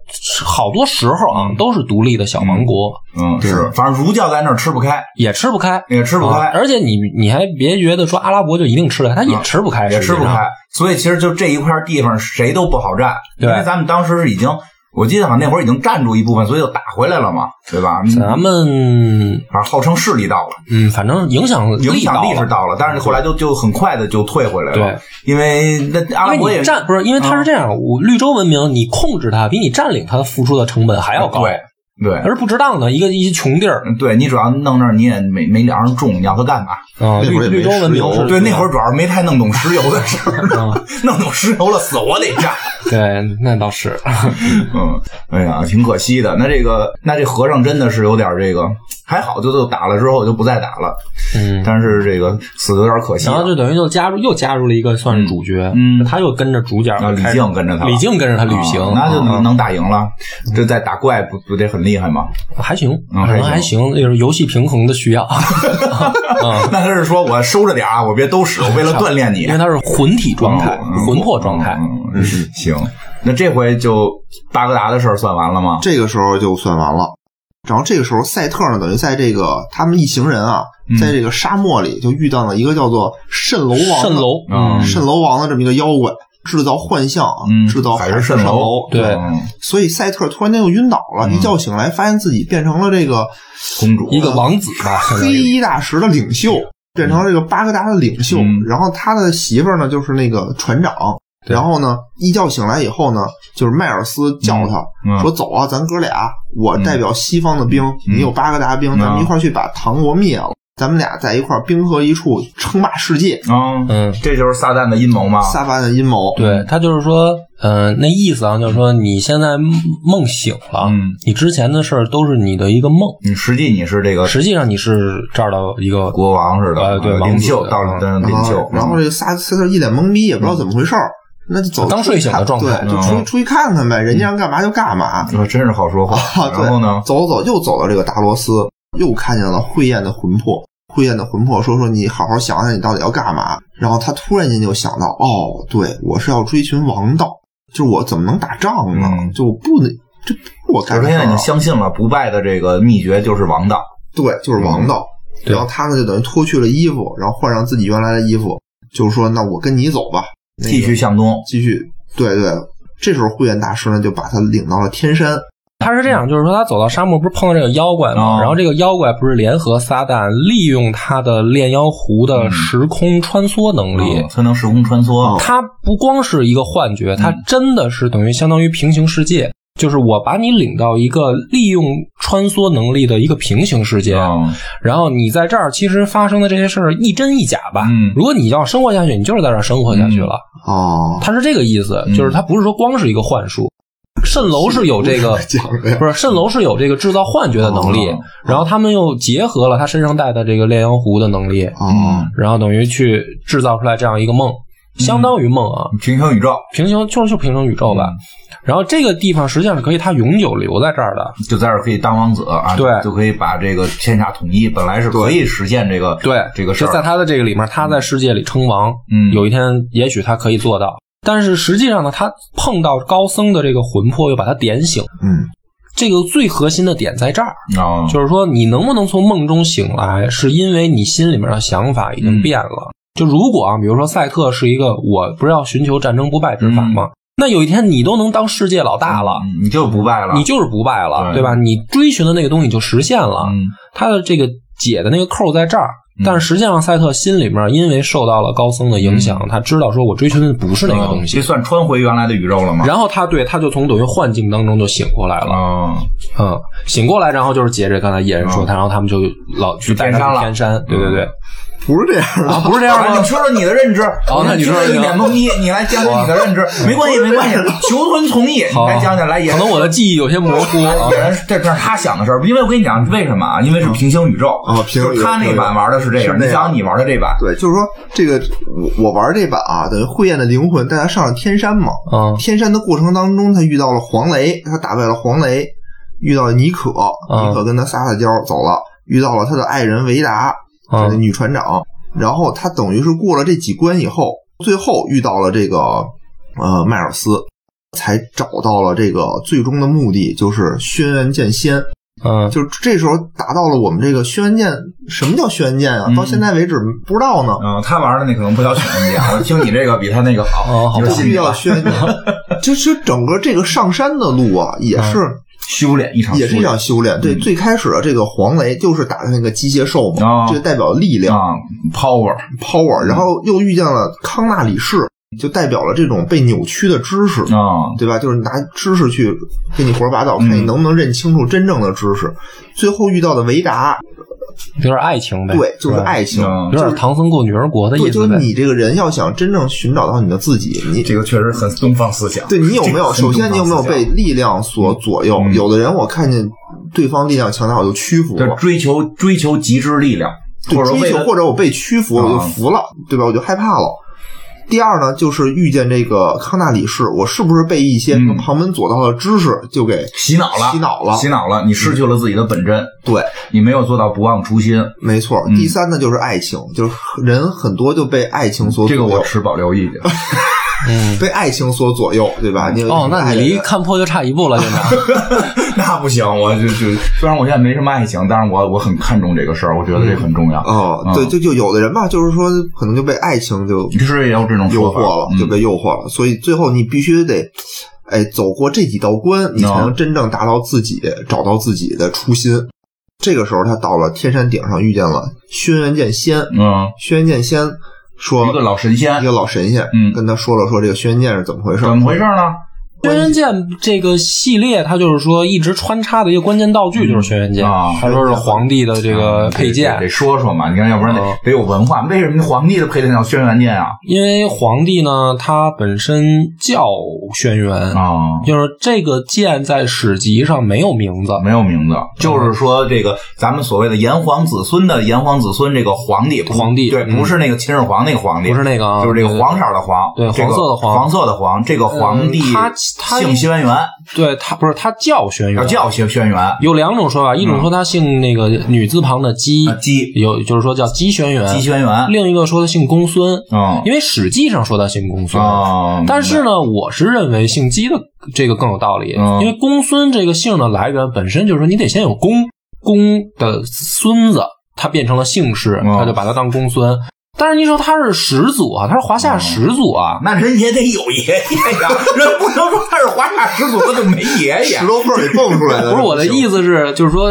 Speaker 2: 好多时候啊，都是独立的小王国，
Speaker 1: 嗯，是，反正儒教在那儿吃不开，
Speaker 2: 也吃不开。
Speaker 1: 也吃不
Speaker 2: 啊
Speaker 1: 开，
Speaker 2: 而且你你还别觉得说阿拉伯就一定吃得开，他也
Speaker 1: 嗯
Speaker 2: 吃不开，
Speaker 1: 也吃不
Speaker 2: 实际上
Speaker 1: 开。所以其实就这一块地方谁都不好占，因
Speaker 2: 对
Speaker 1: 为咱们当时是已经，我记得好像那会儿已经占住一部分，所以就打回来了嘛，对吧？嗯
Speaker 2: 咱们
Speaker 1: 反正号称势力到了，
Speaker 2: 嗯，反正影响
Speaker 1: 影响
Speaker 2: 到
Speaker 1: 力
Speaker 2: 了
Speaker 1: 是到了，但是后来就就很快的就退回来了
Speaker 2: 对，
Speaker 1: 因为那阿拉
Speaker 2: 因
Speaker 1: 伯
Speaker 2: 为
Speaker 1: 也
Speaker 2: 你占不是，因为它
Speaker 1: 啊
Speaker 2: 是这样，我绿洲文明你控制它，比你占领它付出的成本还要高，
Speaker 1: 对，对，
Speaker 2: 而不值当的一个一些穷地儿
Speaker 1: 嗯对你主要弄那儿你也没没粮食种，你要它干嘛？
Speaker 2: 啊，
Speaker 3: 那
Speaker 2: 绿
Speaker 3: 会儿也没
Speaker 2: 绿洲文明
Speaker 3: 石油
Speaker 2: 是
Speaker 1: 对，那会儿主要是没太弄懂石油的事儿，
Speaker 2: 啊，
Speaker 1: 弄懂石油了死活得占。
Speaker 2: 对，那 倒是，
Speaker 1: 嗯，哎呀，挺可惜的。那这个，那这和尚真的是有点这个，还好就就打了之后就不再打了，
Speaker 2: 嗯，
Speaker 1: 但是这个死的有点可惜
Speaker 2: 然
Speaker 1: 啊。
Speaker 2: 后就等于就加入又加入了一个算是主角，
Speaker 1: 嗯嗯啊
Speaker 2: 他又跟着主角
Speaker 1: 那李
Speaker 2: 开始
Speaker 1: 靖跟着他了
Speaker 2: 李靖跟着他旅行，
Speaker 1: 啊那就
Speaker 2: 啊
Speaker 1: 能能打赢了。这再打怪不不得很厉害吗？
Speaker 2: 还行，
Speaker 1: 嗯
Speaker 2: 可能
Speaker 1: 还
Speaker 2: 还行，就是游戏平衡的 需要，
Speaker 1: 那他是说我收着点啊，我别都使，我为了锻炼你哦
Speaker 2: 因为。他是魂体状态
Speaker 1: 嗯、
Speaker 2: 魂魄状态，
Speaker 1: 嗯嗯行，那这回就巴格达的事儿算完了吗？
Speaker 3: 这个时候就算完了。然后这个时候，赛特呢，等于在这个他们一行人啊，
Speaker 2: 嗯
Speaker 3: 在这个沙漠里就遇到了一个叫做蜃楼王的
Speaker 2: 蜃楼
Speaker 1: 嗯
Speaker 3: 蜃楼王的这么一个妖怪，制造幻象啊，
Speaker 1: 嗯
Speaker 3: 制造
Speaker 1: 海
Speaker 3: 市
Speaker 1: 市蜃
Speaker 3: 蜃
Speaker 1: 楼
Speaker 2: 对
Speaker 1: 嗯
Speaker 3: 所以赛特突然间又晕倒了，一觉醒来，发现自己变成了这个呃
Speaker 1: 公主
Speaker 2: 一个王子吧，相当
Speaker 3: 黑
Speaker 2: 于
Speaker 3: 衣大石的领袖，变成了这个巴格达的领袖。
Speaker 1: 嗯
Speaker 3: 然后他的媳妇儿呢，就是那个船长。
Speaker 2: 对
Speaker 3: 然后呢，一觉醒来以后呢，就是迈尔斯叫他、
Speaker 1: 嗯
Speaker 3: 说：“走啊，咱哥俩，我代表西方的兵，你有巴格达兵，
Speaker 1: 嗯
Speaker 3: 咱们一块儿去把唐国灭了，咱们俩在一块儿兵合一处，称霸世界。
Speaker 1: 啊，
Speaker 2: 嗯，
Speaker 1: 这就是撒旦的阴谋吗？
Speaker 3: 撒旦的阴谋，
Speaker 2: 对他就是说，呃，那意思啊，就是说你现在梦梦醒了，
Speaker 1: 嗯
Speaker 2: 你之前的事儿都是你的一个梦，
Speaker 1: 你实际你是这个
Speaker 2: 实际上你是这儿的一个
Speaker 1: 国王似的，
Speaker 2: 呃对
Speaker 1: 啊
Speaker 2: 王子
Speaker 1: 领袖
Speaker 2: 嗯
Speaker 1: 到了当
Speaker 3: 然
Speaker 1: 领袖嗯
Speaker 3: 后，啊然后这个萨斯特一脸懵逼，也不知道怎么回事儿，那就走
Speaker 2: 刚睡醒的状态
Speaker 3: 对，就出
Speaker 1: 嗯
Speaker 3: 出去看看呗，人家让干嘛就干嘛。
Speaker 1: 这真是好说话。
Speaker 3: 啊，对
Speaker 1: 然后呢，
Speaker 3: 走走又走到这个达罗斯，又看见了慧燕的魂魄。慧燕的魂魄说：“说你好好想想，你到底要干嘛？”然后他突然间就想到，哦，对我是要追寻王道，就是我怎么能打仗呢？
Speaker 1: 嗯
Speaker 3: 就我不能，这不是我
Speaker 1: 就
Speaker 3: 干
Speaker 1: 是
Speaker 3: 的
Speaker 1: 他
Speaker 3: 事
Speaker 1: 现
Speaker 3: 儿
Speaker 1: 在已经
Speaker 3: 啊
Speaker 1: 相信了不败的这个秘诀就是王道。
Speaker 3: 对，就是
Speaker 1: 嗯
Speaker 3: 王道。
Speaker 2: 对
Speaker 3: 然后他呢，就等于脱去了衣服，然后换上自己原来的衣服，就是说，那我跟你走吧，那个
Speaker 1: 继续向东，
Speaker 3: 继续。对对，这时候慧燕大师呢，就把他领到了天山。
Speaker 2: 他是这样，就是说他走到沙漠不是碰到这个妖怪
Speaker 1: 哦
Speaker 2: 吗？然后这个妖怪不是联合撒旦利用他的炼妖壶
Speaker 1: 嗯
Speaker 2: 的时空穿梭能力。
Speaker 1: 嗯才能时空穿
Speaker 3: 哦
Speaker 1: 梭。
Speaker 2: 他不光是一个幻觉，他
Speaker 1: 嗯
Speaker 2: 真的是等于相当于平行世界，就是我把你领到一个利用穿梭能力的一个平行世界，
Speaker 1: 嗯
Speaker 2: 然后你在这儿其实发生的这些事儿一真一假吧。
Speaker 1: 嗯
Speaker 2: 如果你要生活下去，你就是在这儿生活下去了。
Speaker 3: 哦，
Speaker 2: 他是这个意思，
Speaker 1: 嗯
Speaker 2: 就是他不是说光是一个幻术。蜃楼是有这 个
Speaker 3: 讲的呀
Speaker 2: 不是蜃楼是有这个制造幻觉的能力
Speaker 1: 哦，
Speaker 2: 然后他们又结合了他身上带的这个炼阳壶的能力，
Speaker 3: 哦，
Speaker 1: 嗯
Speaker 2: 然后等于去制造出来这样一个梦，相当于梦啊，
Speaker 1: 平行宇宙
Speaker 2: 平行就是就平行宇宙吧。
Speaker 1: 嗯
Speaker 2: 然后这个地方实际上是可以他永久留在这儿的，
Speaker 1: 就在这儿可以当王子啊，
Speaker 2: 对
Speaker 1: 就可以把这个天下统一。本来是可以实现这个
Speaker 2: 对，
Speaker 1: 这个事
Speaker 2: 就在
Speaker 1: 儿，
Speaker 2: 他的这个里面，他在世界里称王，
Speaker 1: 嗯
Speaker 2: 有一天也许他可以做到，但是实际上呢，他碰到高僧的这个魂魄又把他点醒，
Speaker 3: 嗯，
Speaker 2: 这个最核心的点在这儿。
Speaker 1: 啊，
Speaker 2: 就是说，你能不能从梦中醒来，是因为你心里面的想法已经变
Speaker 1: 嗯
Speaker 2: 了。就如果啊，比如说赛特是一个，我不是要寻求战争不败之法吗？那有一天你都能当世界老大了，
Speaker 1: 嗯嗯你就不败了，
Speaker 2: 你就是不败
Speaker 1: 对
Speaker 2: 了，对吧？你追寻的那个东西就实现了。
Speaker 1: 嗯
Speaker 2: 他的这个解的那个扣在这儿
Speaker 1: 嗯，
Speaker 2: 但是实际上赛特心里面因为受到了高僧的影响，
Speaker 3: 嗯
Speaker 2: 他知道说我追寻的不是那个东
Speaker 1: 这
Speaker 2: 西。
Speaker 1: 算穿回原来的宇宙了吗？
Speaker 3: 哦
Speaker 2: 然后他对他就从等于幻境当中就醒过来了，
Speaker 1: 啊，
Speaker 2: 嗯，醒过来，然后就是接着刚才野人说他，然后他们就老去带他去天
Speaker 3: 嗯
Speaker 2: 山，对对对，
Speaker 3: 不是这样的，
Speaker 2: 啊，不是这样
Speaker 1: 啊，你
Speaker 2: 吗？
Speaker 1: 说说你的认知，
Speaker 2: 哦那你说说
Speaker 1: 一脸懵逼，你来讲讲你的认知，没关系，没关系，求同存异，你
Speaker 2: 好，
Speaker 1: 来讲讲，来也
Speaker 2: 可能我的记忆有些模 糊啊
Speaker 1: 有。人这这是他想的事儿，因为我跟你讲为什么啊？因为是平行宇宙
Speaker 3: 啊平行宇宙
Speaker 1: 就是他那版玩的是这个，
Speaker 3: 是这样
Speaker 1: 你想你玩的这版，
Speaker 3: 对，就是说这个我我玩这版啊，等于慧燕的灵魂带他上了天山嘛。
Speaker 2: 嗯
Speaker 3: 天山的过程当中，他遇到了黄雷，他打败了黄雷，遇到了妮可，
Speaker 2: 嗯
Speaker 3: 妮可跟他撒撒娇走了，遇到了他的爱人维达，就是
Speaker 2: 嗯
Speaker 3: 女船长。然后他等于是过了这几关以后，最后遇到了这个呃迈尔斯，才找到了这个最终的目的，就是轩辕剑仙。
Speaker 2: 嗯，
Speaker 3: 就是这时候达到了我们这个轩辕剑，什么叫轩辕剑啊？
Speaker 1: 嗯
Speaker 3: 到现在为止不知道呢。
Speaker 1: 嗯，他玩的那可能不叫选人家，我听你这个比他那个
Speaker 2: 哦
Speaker 1: 好，
Speaker 2: 好
Speaker 1: 你
Speaker 3: 不
Speaker 1: 就信
Speaker 3: 需
Speaker 1: 你
Speaker 3: 要
Speaker 1: 吧。
Speaker 3: 宣念，就是整个这个上山的路啊，也是、
Speaker 1: 修炼一场，
Speaker 3: 也是一场修炼。对，
Speaker 1: 嗯
Speaker 3: 最开始的这个黄雷就是打的那个机械兽嘛，
Speaker 1: 哦
Speaker 3: 这个代表力量、
Speaker 1: 啊，power，
Speaker 3: power，
Speaker 1: 嗯
Speaker 3: 然后又遇见了康纳里士，就代表了这种被扭曲的知识。
Speaker 1: 啊，
Speaker 3: 对吧？就是拿知识去跟你胡说八道，看
Speaker 1: 嗯
Speaker 3: 你能不能认清楚真正的知识。最后遇到的维达，
Speaker 2: 有点爱情呗，
Speaker 3: 对，就是爱情。
Speaker 1: 哎嗯
Speaker 2: 有点唐僧过女儿国的
Speaker 3: 对，
Speaker 2: 意
Speaker 3: 就
Speaker 2: 思
Speaker 3: 是
Speaker 2: 呗。
Speaker 3: 你这个人要想真正寻找到你的自己，你
Speaker 1: 这个确实很东方思想。
Speaker 3: 对你有没有？
Speaker 1: 这个
Speaker 3: 首
Speaker 1: 很
Speaker 3: 先，你有没有
Speaker 1: 东方
Speaker 3: 被
Speaker 1: 思想
Speaker 3: 力量所左右？
Speaker 1: 嗯
Speaker 3: 有的人我看见对方力量强大，我就屈服
Speaker 1: 就是
Speaker 3: 了，
Speaker 1: 追求追求极致力量，
Speaker 3: 对
Speaker 1: 或者说
Speaker 3: 追
Speaker 1: 为
Speaker 3: 求
Speaker 1: 了
Speaker 3: 或者我被屈服，我就
Speaker 1: 啊
Speaker 3: 服了，对吧？我就害怕了。第二呢，就是遇见这个康纳里士，我是不是被一些
Speaker 1: 嗯
Speaker 3: 旁门左道的知识就给
Speaker 1: 洗脑了，
Speaker 3: 洗脑了
Speaker 1: 洗脑了，你失去了自己的本真，
Speaker 3: 对？
Speaker 1: 你没有做到不忘初心。
Speaker 3: 没错。
Speaker 1: 嗯
Speaker 3: 第三呢，就是爱情，就是人很多就被爱情所左
Speaker 1: 这个我
Speaker 3: 右。
Speaker 1: 持保留意见。
Speaker 2: 嗯，
Speaker 3: 被爱情所左右，对吧？你
Speaker 2: 哦，那你离
Speaker 3: 离
Speaker 2: 看破就差一步了，现在。
Speaker 1: 那不行，我就就虽然我现在没什么爱情，但是我我很看重这个事儿，我觉得这很重要。
Speaker 3: 哦，
Speaker 1: 嗯
Speaker 3: 对，就就有的人吧，就是说可能就被爱情就
Speaker 1: 你是也有这种
Speaker 3: 诱
Speaker 1: 说
Speaker 3: 惑
Speaker 1: 法嗯
Speaker 3: 了，就被诱惑了，所以最后你必须得。哎，走过这几道关，
Speaker 1: 嗯
Speaker 3: 你才能真正达到自己，找到自己的初心。这个时候，他到了天山顶上，遇见了轩辕剑仙。
Speaker 1: 嗯，
Speaker 3: 轩辕剑仙说
Speaker 1: 嗯，一个老神仙
Speaker 3: 一个老神仙，
Speaker 1: 嗯
Speaker 3: 跟他说了说这个轩辕剑是怎么回事
Speaker 1: 怎
Speaker 3: 儿。
Speaker 1: 么回事呢？
Speaker 2: 轩辕剑这个系列，它就是说一直穿插的一个关键道具就是轩辕剑
Speaker 1: 啊，
Speaker 2: 他说是皇帝的这个配
Speaker 1: 得得
Speaker 2: 件，
Speaker 1: 说说嘛，你看，要不然得
Speaker 2: 嗯
Speaker 1: 得有文化。为什么皇帝的配件叫轩辕剑啊？
Speaker 2: 因为皇帝呢他本身叫轩辕，
Speaker 1: 啊，
Speaker 2: 就是这个剑在史籍上没有名字，
Speaker 1: 没有名字，就是说这个咱们所谓的炎黄子孙的炎黄子孙这个皇帝，
Speaker 2: 皇帝
Speaker 1: 对，
Speaker 2: 嗯
Speaker 1: 不是那个秦始皇那个皇帝，
Speaker 2: 不是那个啊，
Speaker 1: 就是这个黄色的黄，
Speaker 2: 对
Speaker 1: 这个
Speaker 2: 黄色的黄
Speaker 1: 黄色的黄，这个皇帝
Speaker 2: 嗯他他
Speaker 1: 姓轩辕，
Speaker 2: 对他不是他叫轩
Speaker 1: 要
Speaker 2: 辕，
Speaker 1: 啊呃叫轩轩辕，
Speaker 2: 有两种说法，一种说他姓那个女字旁的姬
Speaker 1: 啊，姬
Speaker 2: 有就是说叫姬轩
Speaker 1: 姬
Speaker 2: 辕，
Speaker 1: 轩辕，
Speaker 2: 另一个说他姓公孙，
Speaker 1: 嗯
Speaker 2: 因为史记上说他姓公孙，
Speaker 1: 啊，
Speaker 2: 但是呢，我是认为姓姬的这个更有道理，
Speaker 1: 嗯
Speaker 2: 因为公孙这个姓的来源本身就是说你得先有公，公的孙子，他变成了姓氏，
Speaker 1: 嗯
Speaker 2: 他就把他当公孙。但是你说他是始祖啊，他是华
Speaker 1: 嗯
Speaker 2: 夏始祖啊，
Speaker 1: 那人也得有爷爷呀，人不能说他是华夏始祖，他就没爷爷
Speaker 3: 石。头缝儿里蹦出来的，
Speaker 2: 不是我的意思是，就是说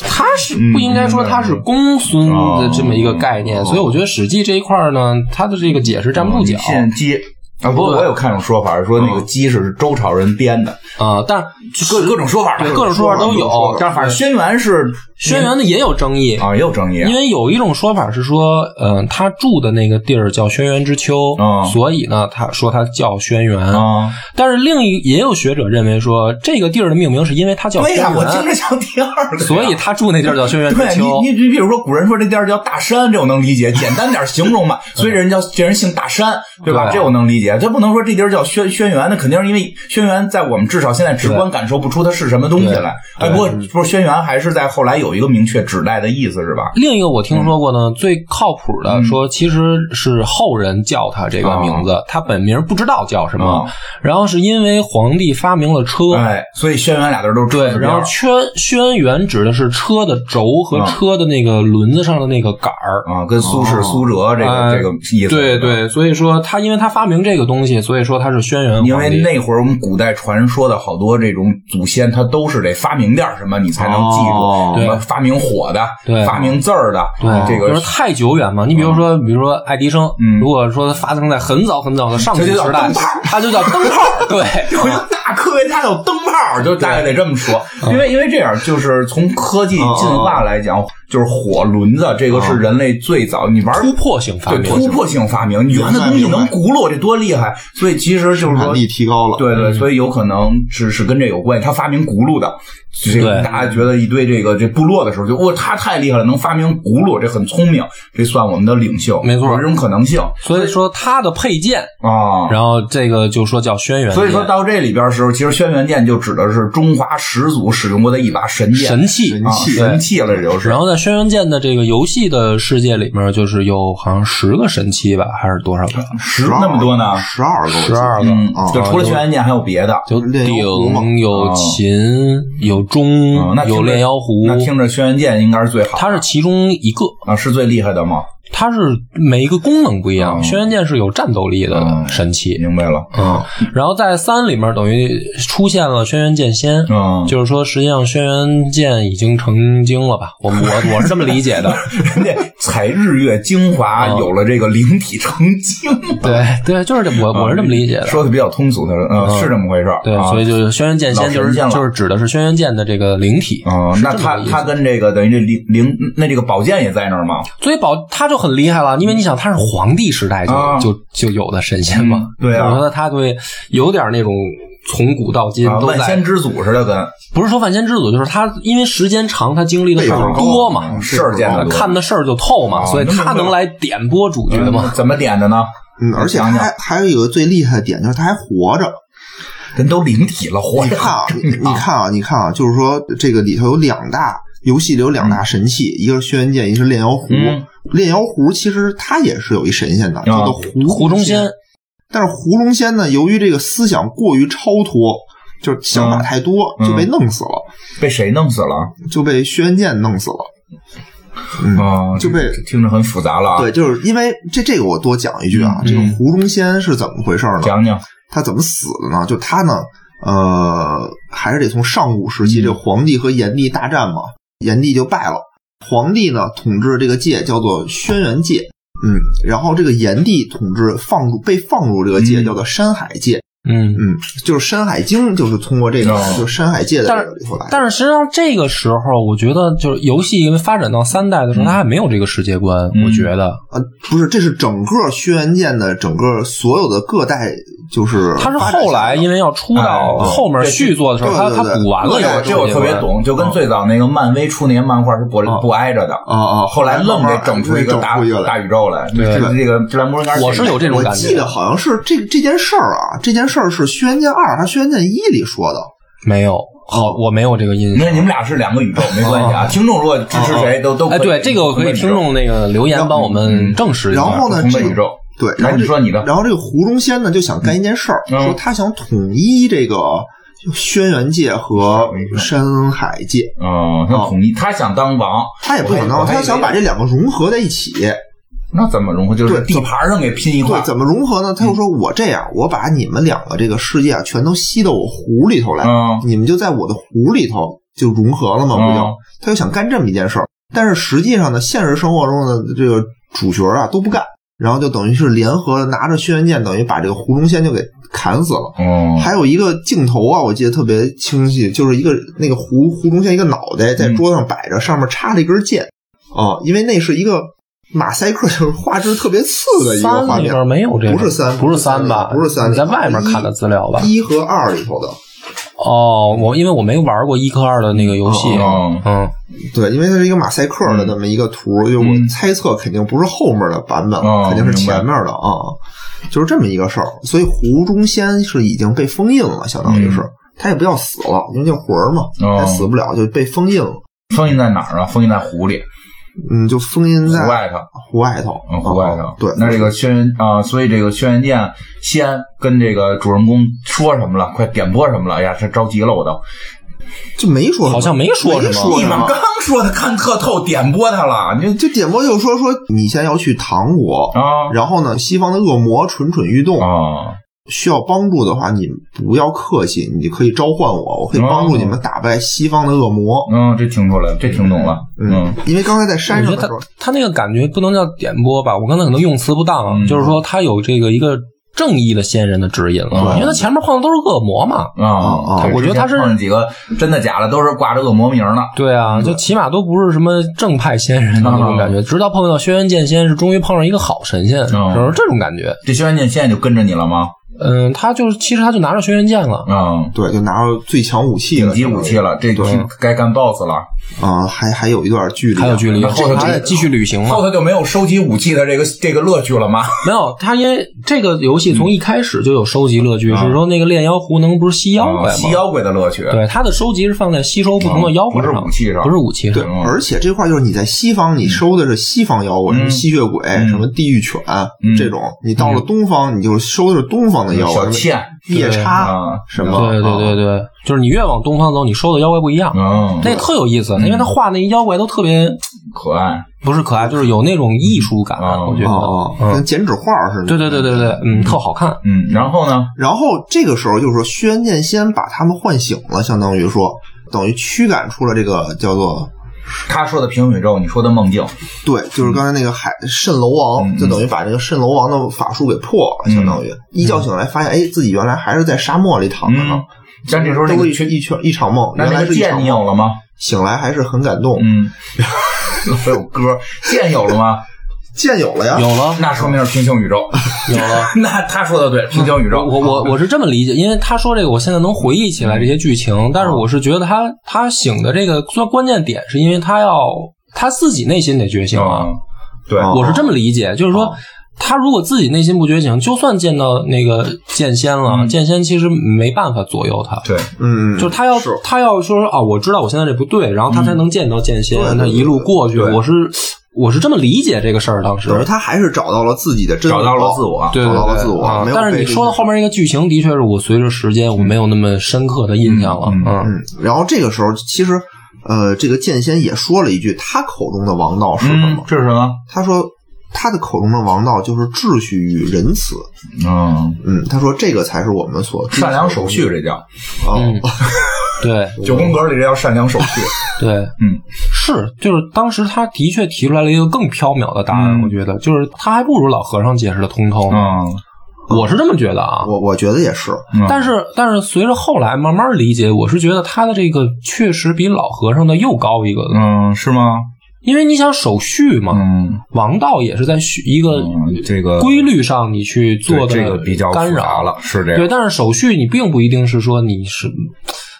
Speaker 2: 他是
Speaker 1: 嗯
Speaker 2: 不应该说他是公孙的这么一个概念，
Speaker 1: 嗯
Speaker 2: 所以我觉得《史记》这一块儿呢，他的这个解释站不脚。
Speaker 1: 现哦姬啊，不，
Speaker 2: 对
Speaker 1: 我有看种说法说那个姬是周朝人编的，
Speaker 2: 啊、但
Speaker 1: 各各种说法吧，
Speaker 2: 对各种说法都
Speaker 3: 各种说
Speaker 2: 有
Speaker 3: 法，
Speaker 1: 但是反正轩辕是
Speaker 2: 轩辕的也有争议
Speaker 1: 啊，也有争议
Speaker 2: 因。为有一种说法是说，嗯、他住的那个地儿叫轩辕之丘，
Speaker 1: 嗯
Speaker 2: 所以呢，他说他叫轩辕。
Speaker 1: 啊，
Speaker 2: 但是另一也有学者认为说，这个地儿的命名是因为他叫
Speaker 1: 对
Speaker 2: 轩
Speaker 1: 呀，
Speaker 2: 辕，
Speaker 1: 我听着像第二个呀，
Speaker 2: 所以他住那地儿叫轩辕
Speaker 1: 对
Speaker 2: 之丘。
Speaker 1: 你，你你比如说，古人说这地儿叫大山，这我能理解，简单点形容 嘛。所以人叫这人姓大山，对吧？
Speaker 2: 对
Speaker 1: 这我能理解。这不能说这地儿叫轩轩辕，那肯定是因为轩辕在我们至少现在直观感受不出它是什么东西来。哎，
Speaker 2: 对嗯
Speaker 1: 不过不是轩辕还是在后来有一个明确指代的意思是吧？
Speaker 2: 另一个我听说过呢，最靠谱
Speaker 1: 嗯
Speaker 2: 的说其实是后人叫他这个名字，他本名不知道叫什么
Speaker 1: 啊，
Speaker 2: 然后是因为皇帝发明了车，
Speaker 1: 哎，所以轩辕俩字儿都是
Speaker 2: 对，
Speaker 1: 指标
Speaker 2: 然后圈轩辕指的是车的轴和
Speaker 1: 嗯
Speaker 2: 车的那个轮子上的那个杆儿，
Speaker 1: 啊，跟苏轼、
Speaker 3: 哦
Speaker 1: 苏辙这个
Speaker 2: 哎
Speaker 1: 这个意思。
Speaker 2: 对。对，所以说他因为他发明这个东西，所以说他是轩辕皇帝。
Speaker 1: 因为那会儿我们古代传说的好多这种祖先，他都是得发明点儿什么，你才能记
Speaker 3: 哦
Speaker 1: 住。什么
Speaker 2: 对
Speaker 1: 发明火的，
Speaker 2: 对
Speaker 1: 发明字儿的，
Speaker 2: 对
Speaker 1: 这个
Speaker 2: 就是太久远嘛。你比如说，比如说爱迪生，
Speaker 1: 嗯
Speaker 2: 如果说发生在很早很早的上古
Speaker 1: 这就叫
Speaker 2: 时代
Speaker 1: 灯泡，
Speaker 2: 他就叫灯 泡。对，
Speaker 1: 有一个大科学家叫灯泡，就大概得这么说，因为因为这样，就是从科
Speaker 2: 嗯
Speaker 1: 技进化来讲，就是火轮子这个是人类最早你玩
Speaker 2: 突破性发
Speaker 1: 对
Speaker 2: 明，
Speaker 1: 突破性发明，圆的东西能轱辘，这多厉害！所以其实就是
Speaker 3: 能
Speaker 1: 说
Speaker 3: 力。提高了。
Speaker 1: 对
Speaker 2: 嗯
Speaker 1: 对，所以有可能是是跟这有关系。他发明轱辘的，这个
Speaker 2: 对
Speaker 1: 大家觉得一堆这个这部落的时候，就哇，他太厉害了，能发明轱辘，这很聪明，这算我们的领袖，
Speaker 2: 没错
Speaker 1: 有这种可能性
Speaker 2: 所以说他的配件，
Speaker 1: 啊。
Speaker 2: 然后这个就说叫轩辕。
Speaker 1: 所以说到这里边的时候，其实轩辕剑就指的是中华始祖使用过的一把神剑，
Speaker 2: 神器，
Speaker 3: 神
Speaker 1: 啊
Speaker 3: 器
Speaker 1: 神器了，这就是。
Speaker 2: 然后在轩辕剑的这个游戏的世界里面，就是有好像十个神器吧，还是多少个？
Speaker 1: 十那么多呢？
Speaker 3: 十二个，
Speaker 2: 十二个。
Speaker 1: 嗯
Speaker 3: 啊，
Speaker 1: 就除了轩辕剑还有别的。
Speaker 2: 有
Speaker 3: 炼妖壶嘛
Speaker 2: 鼎，有琴，有钟
Speaker 1: 嗯，啊那，听着
Speaker 2: 有炼妖壶
Speaker 1: 那。听着轩辕剑应该是最好的，
Speaker 2: 它是其中一个，
Speaker 1: 啊是最厉害的吗？
Speaker 2: 它是每一个功能不一样。
Speaker 1: 嗯
Speaker 2: 轩辕剑是有战斗力的
Speaker 1: 嗯
Speaker 2: 神器，
Speaker 1: 明白了，
Speaker 2: 嗯，然后在三里面等于出现了轩辕剑仙，
Speaker 1: 嗯，
Speaker 2: 就是说实际上轩辕剑已经成精了吧？我我我是这么 理解的，
Speaker 1: 人家采日月精华
Speaker 2: 嗯
Speaker 1: 有了这个灵体成精，
Speaker 2: 对对，就是这我我是这么理解的。
Speaker 1: 说的比较通俗，他说嗯
Speaker 2: 嗯
Speaker 1: 是这么回事儿，
Speaker 2: 对，
Speaker 1: 啊
Speaker 2: 所以就是轩辕剑仙就
Speaker 1: 老神
Speaker 2: 是
Speaker 1: 仙了
Speaker 2: 就是指的是轩辕剑的这个灵体，
Speaker 1: 哦，
Speaker 2: 是
Speaker 1: 那
Speaker 2: 这么
Speaker 1: 他
Speaker 2: 个意思
Speaker 1: 他跟这个等于这灵灵那这个宝剑也在那儿吗？
Speaker 2: 所以宝他就很厉害了，因为你想他是皇帝时代就、
Speaker 1: 啊
Speaker 2: 就就有的神仙嘛
Speaker 1: 嗯，对啊
Speaker 2: 我觉得他对有点那种从古到今
Speaker 1: 啊
Speaker 2: 都
Speaker 1: 万
Speaker 2: 在，
Speaker 1: 仙之祖似的，跟
Speaker 2: 不是说万仙之祖，就是他因为时间长，他经历的事儿多嘛，
Speaker 1: 嗯事儿见得多，
Speaker 2: 看的事儿就透嘛，
Speaker 1: 啊
Speaker 2: 所以他能来点拨主角嘛
Speaker 1: 嗯。怎么点的呢？
Speaker 3: 嗯，而且
Speaker 1: 讲讲
Speaker 3: 还还有一个最厉害的点就是他还活着。
Speaker 1: 人都灵体了，活
Speaker 3: 你
Speaker 1: 着
Speaker 3: 看啊，你你看啊，你看啊，就是说这个里头有两大游戏里有两大神器，一个是轩辕剑，一个是炼妖壶
Speaker 1: 嗯。啊
Speaker 3: 嗯炼妖壶其实它也是有一神仙的，叫做
Speaker 2: 湖中仙
Speaker 3: 仙。但是胡龙仙呢，由于这个思想过于超脱，就是想法太多，
Speaker 1: 嗯
Speaker 3: 就被弄死了，
Speaker 1: 被谁弄死了？
Speaker 3: 就被轩辕剑弄死了。嗯
Speaker 1: 啊，
Speaker 3: 就被
Speaker 1: 这听着很复杂了啊。
Speaker 3: 对，就是因为这这个我多讲一句啊，
Speaker 1: 嗯
Speaker 3: 这个胡宗仙是怎么回事呢？
Speaker 1: 讲讲，
Speaker 3: 他怎么死的呢？就他呢，呃，还是得从上古时
Speaker 1: 嗯
Speaker 3: 期这皇帝和炎帝大战嘛，炎帝就败了，皇帝呢统治这个界叫做轩辕界，嗯，然后这个炎帝统治放入被放入这个界
Speaker 1: 嗯
Speaker 3: 叫做山海界，
Speaker 2: 嗯，
Speaker 3: 嗯，就是《山海经》就是通过这个
Speaker 1: 哦
Speaker 3: 就山海界的
Speaker 2: 但
Speaker 3: 这
Speaker 2: 是
Speaker 3: 个里头来的。
Speaker 2: 但是实际上这个时候，我觉得就是游戏因为发展到三代的时候，它还没有这个世界观，
Speaker 1: 嗯
Speaker 2: 我觉得
Speaker 3: 呃，不是，这是整个轩辕剑的整个所有的各代，就是
Speaker 2: 它是
Speaker 3: 发展
Speaker 2: 后
Speaker 3: 下
Speaker 2: 来因为要出到
Speaker 1: 哎对
Speaker 2: 后面续作的时候，
Speaker 3: 对
Speaker 2: 它
Speaker 3: 对
Speaker 2: 它
Speaker 3: 对
Speaker 2: 补完了
Speaker 1: 这
Speaker 2: 有
Speaker 1: 我这我特别懂，就跟最早那个漫威出那些漫画是不
Speaker 3: 嗯
Speaker 1: 不挨着的，
Speaker 3: 啊啊，
Speaker 1: 后来愣给整出一个大
Speaker 3: 整出一个来
Speaker 1: 大宇宙来。
Speaker 2: 对
Speaker 1: 这个这个这兰博应该
Speaker 2: 我是有这种
Speaker 3: 我
Speaker 2: 感
Speaker 3: 记
Speaker 2: 觉
Speaker 3: 得，好像是这这件事儿啊，这件事儿是《轩辕剑二》还是《轩辕剑一》里说的？
Speaker 2: 没有，好，我没有这个印
Speaker 1: 那
Speaker 2: 象。
Speaker 1: 你们俩是两个宇宙，没关系啊。听众如果支持谁都都可
Speaker 2: 哎，
Speaker 1: 以
Speaker 2: 对，这个我可以听众那个留言帮我们证实一下。
Speaker 3: 然后呢
Speaker 1: 同个
Speaker 3: 这个
Speaker 1: 宇宙。
Speaker 3: 对，然
Speaker 1: 来，
Speaker 3: 后
Speaker 1: 你
Speaker 3: 这
Speaker 1: 说你的，
Speaker 3: 然后这个胡宗宪呢就想干一件事儿，
Speaker 1: 嗯
Speaker 3: 说他想统一这个轩辕界和山海界，
Speaker 1: 嗯，他统一，他想当王，
Speaker 3: 他也不想
Speaker 1: 我
Speaker 3: 当，
Speaker 1: 还以为
Speaker 3: 他想把这两个融合在一起。
Speaker 1: 那怎么融合？就是
Speaker 3: 对
Speaker 1: 地盘上给拼一块
Speaker 3: 对，，怎么融合呢？他就说我这样，我把你们两个这个世界啊全都吸到我湖里头来，
Speaker 1: 嗯
Speaker 3: 你们就在我的湖里头就融合了嘛，不就？
Speaker 1: 嗯
Speaker 3: 他就想干这么一件事儿，但是实际上呢，现实生活中的这个主角啊都不干，然后就等于是联合拿着轩辕剑，等于把这个胡宗宪就给砍死了。
Speaker 1: 哦，
Speaker 3: 还有一个镜头啊，我记得特别清晰，就是一个那个胡胡宗宪一个脑袋
Speaker 2: 嗯
Speaker 3: 在桌上摆着，上面插了一根剑啊、因为那是一个马赛克，就是画质特别次的一个画
Speaker 2: 三里
Speaker 3: 面。
Speaker 2: 边没有这个，
Speaker 3: 不是三
Speaker 2: 不是三吧？
Speaker 3: 不是三
Speaker 2: 你在外面看的资料吧？
Speaker 3: 一和二里头的，
Speaker 2: 哦，我因为我没玩过一和二的那个游戏，
Speaker 1: 哦
Speaker 2: 嗯，
Speaker 3: 对，因为它是一个马赛克的
Speaker 1: 嗯
Speaker 3: 那么一个图，就我猜测肯定不是后面的版本，
Speaker 1: 哦
Speaker 3: 肯定是
Speaker 1: 明白
Speaker 3: 前面的啊，就是这么一个事儿。所以胡宗宪是已经被封印了，相当于是、他也不叫死了，因为这魂儿嘛，
Speaker 1: 嗯哦
Speaker 3: 他死不了，就被封印了。
Speaker 1: 封印在哪儿啊？封印在湖里，
Speaker 3: 嗯，就封印
Speaker 1: 湖
Speaker 3: 在
Speaker 1: 外头，
Speaker 3: 湖外头，
Speaker 1: 嗯，湖外头
Speaker 3: 啊。对，
Speaker 1: 那这个轩辕啊，所以这个轩辕剑先跟这个主人公说什么了？快点播什么了？哎呀，这着急了，我都。
Speaker 3: 就没说什么，
Speaker 2: 好像没说什么
Speaker 3: 没说
Speaker 1: 你
Speaker 3: 什
Speaker 1: 们
Speaker 3: 么
Speaker 1: 刚说他看特透，点播他了，你
Speaker 3: 就点播就说说你现在要去唐国，
Speaker 1: 啊
Speaker 3: 然后呢，西方的恶魔蠢蠢欲动，
Speaker 1: 啊，
Speaker 3: 需要帮助的话，你不要客气，你可以召唤我，我可以帮助你们打败西方的恶魔。
Speaker 1: 嗯，这听出来了，这听懂了，嗯，
Speaker 3: 因为刚才在山
Speaker 2: 我觉得
Speaker 3: 上的时
Speaker 2: 他
Speaker 3: 候，
Speaker 2: 他那个感觉不能叫点播吧，我刚才可能用词不当啊，
Speaker 1: 嗯
Speaker 2: 就是说他有这个一个正义的仙人的指引了，
Speaker 1: 对
Speaker 2: 因为他前面碰的都是恶魔嘛。
Speaker 1: 啊
Speaker 3: 啊
Speaker 1: 对
Speaker 2: 我觉得他是
Speaker 1: 之前碰上几个真的假的，都是挂着恶魔名呢。
Speaker 2: 对啊，就起码都不是什么正派仙人的那种
Speaker 3: 啊
Speaker 2: 感觉，直到碰到轩辕剑仙是终于碰上一个好神仙，
Speaker 3: 哦
Speaker 1: 嗯
Speaker 2: 就是这种感觉。
Speaker 1: 这轩辕剑现在就跟着你了吗？
Speaker 2: 嗯，他就是其实他就拿着轩辕剑了，
Speaker 1: 嗯，
Speaker 3: 对，就拿着最强武器
Speaker 1: 顶
Speaker 3: 了，
Speaker 1: 级武器了，这
Speaker 3: 对
Speaker 1: 就该干 BOSS 了。
Speaker 3: 啊，还还有一段距离，啊
Speaker 2: 还有距离，
Speaker 1: 那这
Speaker 2: 后头还得继续旅行嘛
Speaker 1: 后。头就没有收集武器的这个这个乐趣了吗？
Speaker 2: 没有，他因为这个游戏从一开始就有收集乐趣，
Speaker 1: 嗯
Speaker 2: 是说那个炼妖狐能不是吸妖怪吗？
Speaker 1: 啊吸妖怪的乐趣，
Speaker 2: 对，它的收集是放在吸收不同的妖
Speaker 1: 嗯
Speaker 2: 怪
Speaker 1: 不是武器上
Speaker 2: 不是武器
Speaker 3: 对
Speaker 2: 上。，
Speaker 1: 嗯
Speaker 3: 而且这块就是你在西方，你收的是西方妖怪，
Speaker 1: 嗯
Speaker 3: 什么吸血鬼、什么地狱犬
Speaker 1: 嗯
Speaker 3: 这种；你到了东方，你就收的是东方的妖
Speaker 1: 小
Speaker 3: 怪，什么
Speaker 1: 倩
Speaker 3: 夜叉
Speaker 1: 啊，
Speaker 3: 什么。
Speaker 2: 对对对
Speaker 3: 啊，
Speaker 2: 对，就是你越往东方走，你收的妖怪不一样，
Speaker 1: 嗯，
Speaker 2: 那特有意思，因为他画那妖怪都特别
Speaker 1: 可爱，
Speaker 2: 不是可爱，就是有那种艺术感，
Speaker 1: 嗯
Speaker 2: 我觉得。
Speaker 3: 哦哦，跟剪纸画似的。
Speaker 2: 对对对对对，嗯，特好看。
Speaker 1: 嗯，然后呢？
Speaker 3: 然后这个时候就是说，轩辕剑仙把他们唤醒了，相当于说，等于驱赶出了这个叫做
Speaker 1: 他说的平行宇宙，你说的梦境，
Speaker 3: 对，就是刚才那个海蜃楼王，
Speaker 1: 嗯
Speaker 3: 就等于把这个蜃楼王的法术给破了，
Speaker 1: 嗯
Speaker 3: 相当于一觉醒来发现，哎，自己原来还是在沙漠里躺着呢
Speaker 1: 嗯。，像这时候那
Speaker 3: 都
Speaker 1: 个
Speaker 3: 是一一圈一场梦，
Speaker 1: 那
Speaker 3: 原
Speaker 1: 那
Speaker 3: 来
Speaker 1: 个
Speaker 3: 是一
Speaker 1: 剑
Speaker 3: 场
Speaker 1: 你有
Speaker 3: 梦，
Speaker 1: 了吗？
Speaker 3: 醒来还是很感动。
Speaker 1: 嗯，还有歌，剑有了吗？
Speaker 3: 剑有了呀，
Speaker 2: 有了，
Speaker 1: 那说明是平行宇宙，
Speaker 2: 有了。
Speaker 1: 那他说的对，平行宇宙，哦
Speaker 2: 我哦我我我是这么理解，因为他说这个，我现在能回忆起来这些剧情，但是我是觉得他他醒的这个最关键点，是因为他要他自己内心得觉醒啊。
Speaker 1: 嗯，对，
Speaker 3: 哦
Speaker 2: 我是这么理解，就是说，他如果自己内心不觉醒，就算见到那个剑仙了，
Speaker 1: 嗯
Speaker 2: 剑仙其实没办法左右他，
Speaker 1: 对，
Speaker 3: 嗯，
Speaker 2: 就是他要他要说啊，我知道我现在这不对，然后他才能见到剑仙，
Speaker 3: 对对
Speaker 2: 他一路过去。
Speaker 3: 对
Speaker 2: 我是我是这么理解这个事儿，当时
Speaker 3: 等于他还是找到了自己的真
Speaker 1: 找到了自我
Speaker 2: 哦对
Speaker 3: 找到了自
Speaker 2: 对啊
Speaker 3: 我。没有
Speaker 2: 但是
Speaker 3: 被
Speaker 2: 你
Speaker 3: 这
Speaker 2: 说到
Speaker 3: 些
Speaker 2: 后面那个剧情，的确是我随着时间我没有那么深刻的印象了。
Speaker 1: 嗯
Speaker 2: 嗯，
Speaker 3: 嗯，然后这个时候其实，呃，这个剑仙也说了一句，他口中的王道是什么？
Speaker 1: 嗯，这是什么？
Speaker 3: 他说他的口中的王道就是秩序与仁慈。
Speaker 1: 嗯，
Speaker 3: 嗯，他说这个才是我们所
Speaker 1: 善良守
Speaker 2: 哦
Speaker 1: 序这叫
Speaker 3: 啊。
Speaker 2: 嗯 对
Speaker 1: 九宫格里这叫善良守序。
Speaker 2: 对，
Speaker 1: 嗯，
Speaker 2: 是，就是当时他的确提出来了一个更缥缈的答案，
Speaker 1: 嗯
Speaker 2: 我觉得就是他还不如老和尚解释的通透呢，
Speaker 1: 嗯，
Speaker 2: 我是这么觉得啊。
Speaker 3: 我我觉得也是，
Speaker 1: 嗯
Speaker 2: 但是，但是随着后来慢慢理解，我是觉得他的这个确实比老和尚的又高一个，
Speaker 1: 嗯是吗？
Speaker 2: 因为你想守序嘛，
Speaker 1: 嗯，
Speaker 2: 王道也是在序一个
Speaker 1: 嗯这个
Speaker 2: 规律上你去做的
Speaker 1: 对这个比较
Speaker 2: 干
Speaker 1: 复杂
Speaker 2: 扰
Speaker 1: 了，是这
Speaker 2: 对，
Speaker 1: 样。
Speaker 2: 但是手续你并不一定是说你是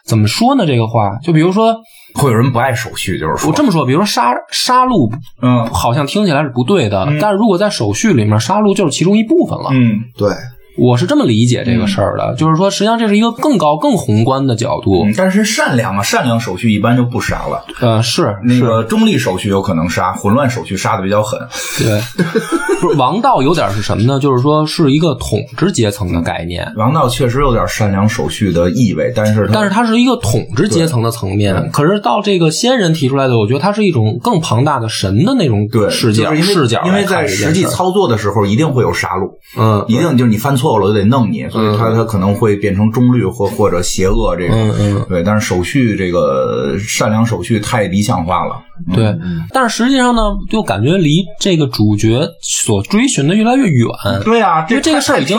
Speaker 2: 怎么说呢？这个话，就比如说
Speaker 1: 会有人不爱手续，就是说
Speaker 2: 我，这么说，比如说杀杀戮，
Speaker 1: 嗯
Speaker 2: 好像听起来是不对的，
Speaker 1: 嗯
Speaker 2: 但是如果在手续里面，杀戮就是其中一部分了。
Speaker 1: 嗯
Speaker 3: 对，
Speaker 2: 我是这么理解这个事儿的，就是说，实际上这是一个更高、更宏观的角度。
Speaker 1: 嗯，但是善良啊，善良手续一般就不杀了。
Speaker 2: 呃，是
Speaker 1: 那个中立手续有可能杀，混乱手续杀的比较狠。
Speaker 2: 对， 不是王道有点是什么呢？就是说是一个统治阶层的概念，
Speaker 1: 王道确实有点善良手续的意味，但是他
Speaker 2: 但是它是一个统治阶层的层面。可是到这个仙人提出来的，我觉得它是一种更庞大的神的那种
Speaker 1: 对
Speaker 2: 视角
Speaker 1: 就是因为
Speaker 2: 视角
Speaker 1: 因为
Speaker 2: 来看
Speaker 1: 在
Speaker 2: 这件
Speaker 1: 实际
Speaker 2: 事儿
Speaker 1: 操作的时候一定会有杀戮，
Speaker 2: 嗯
Speaker 1: 一定就是你犯错误了就得弄你，所以他他可能会变成中律或或者邪恶这
Speaker 2: 嗯
Speaker 1: 种。
Speaker 2: 嗯，
Speaker 1: 对，但是手续这个善良手续太理想化了。
Speaker 2: 对。
Speaker 1: 嗯
Speaker 2: 但是实际上呢，就感觉离这个主角所追寻的越来越远，
Speaker 1: 对啊，
Speaker 2: 呃因为这个事儿已经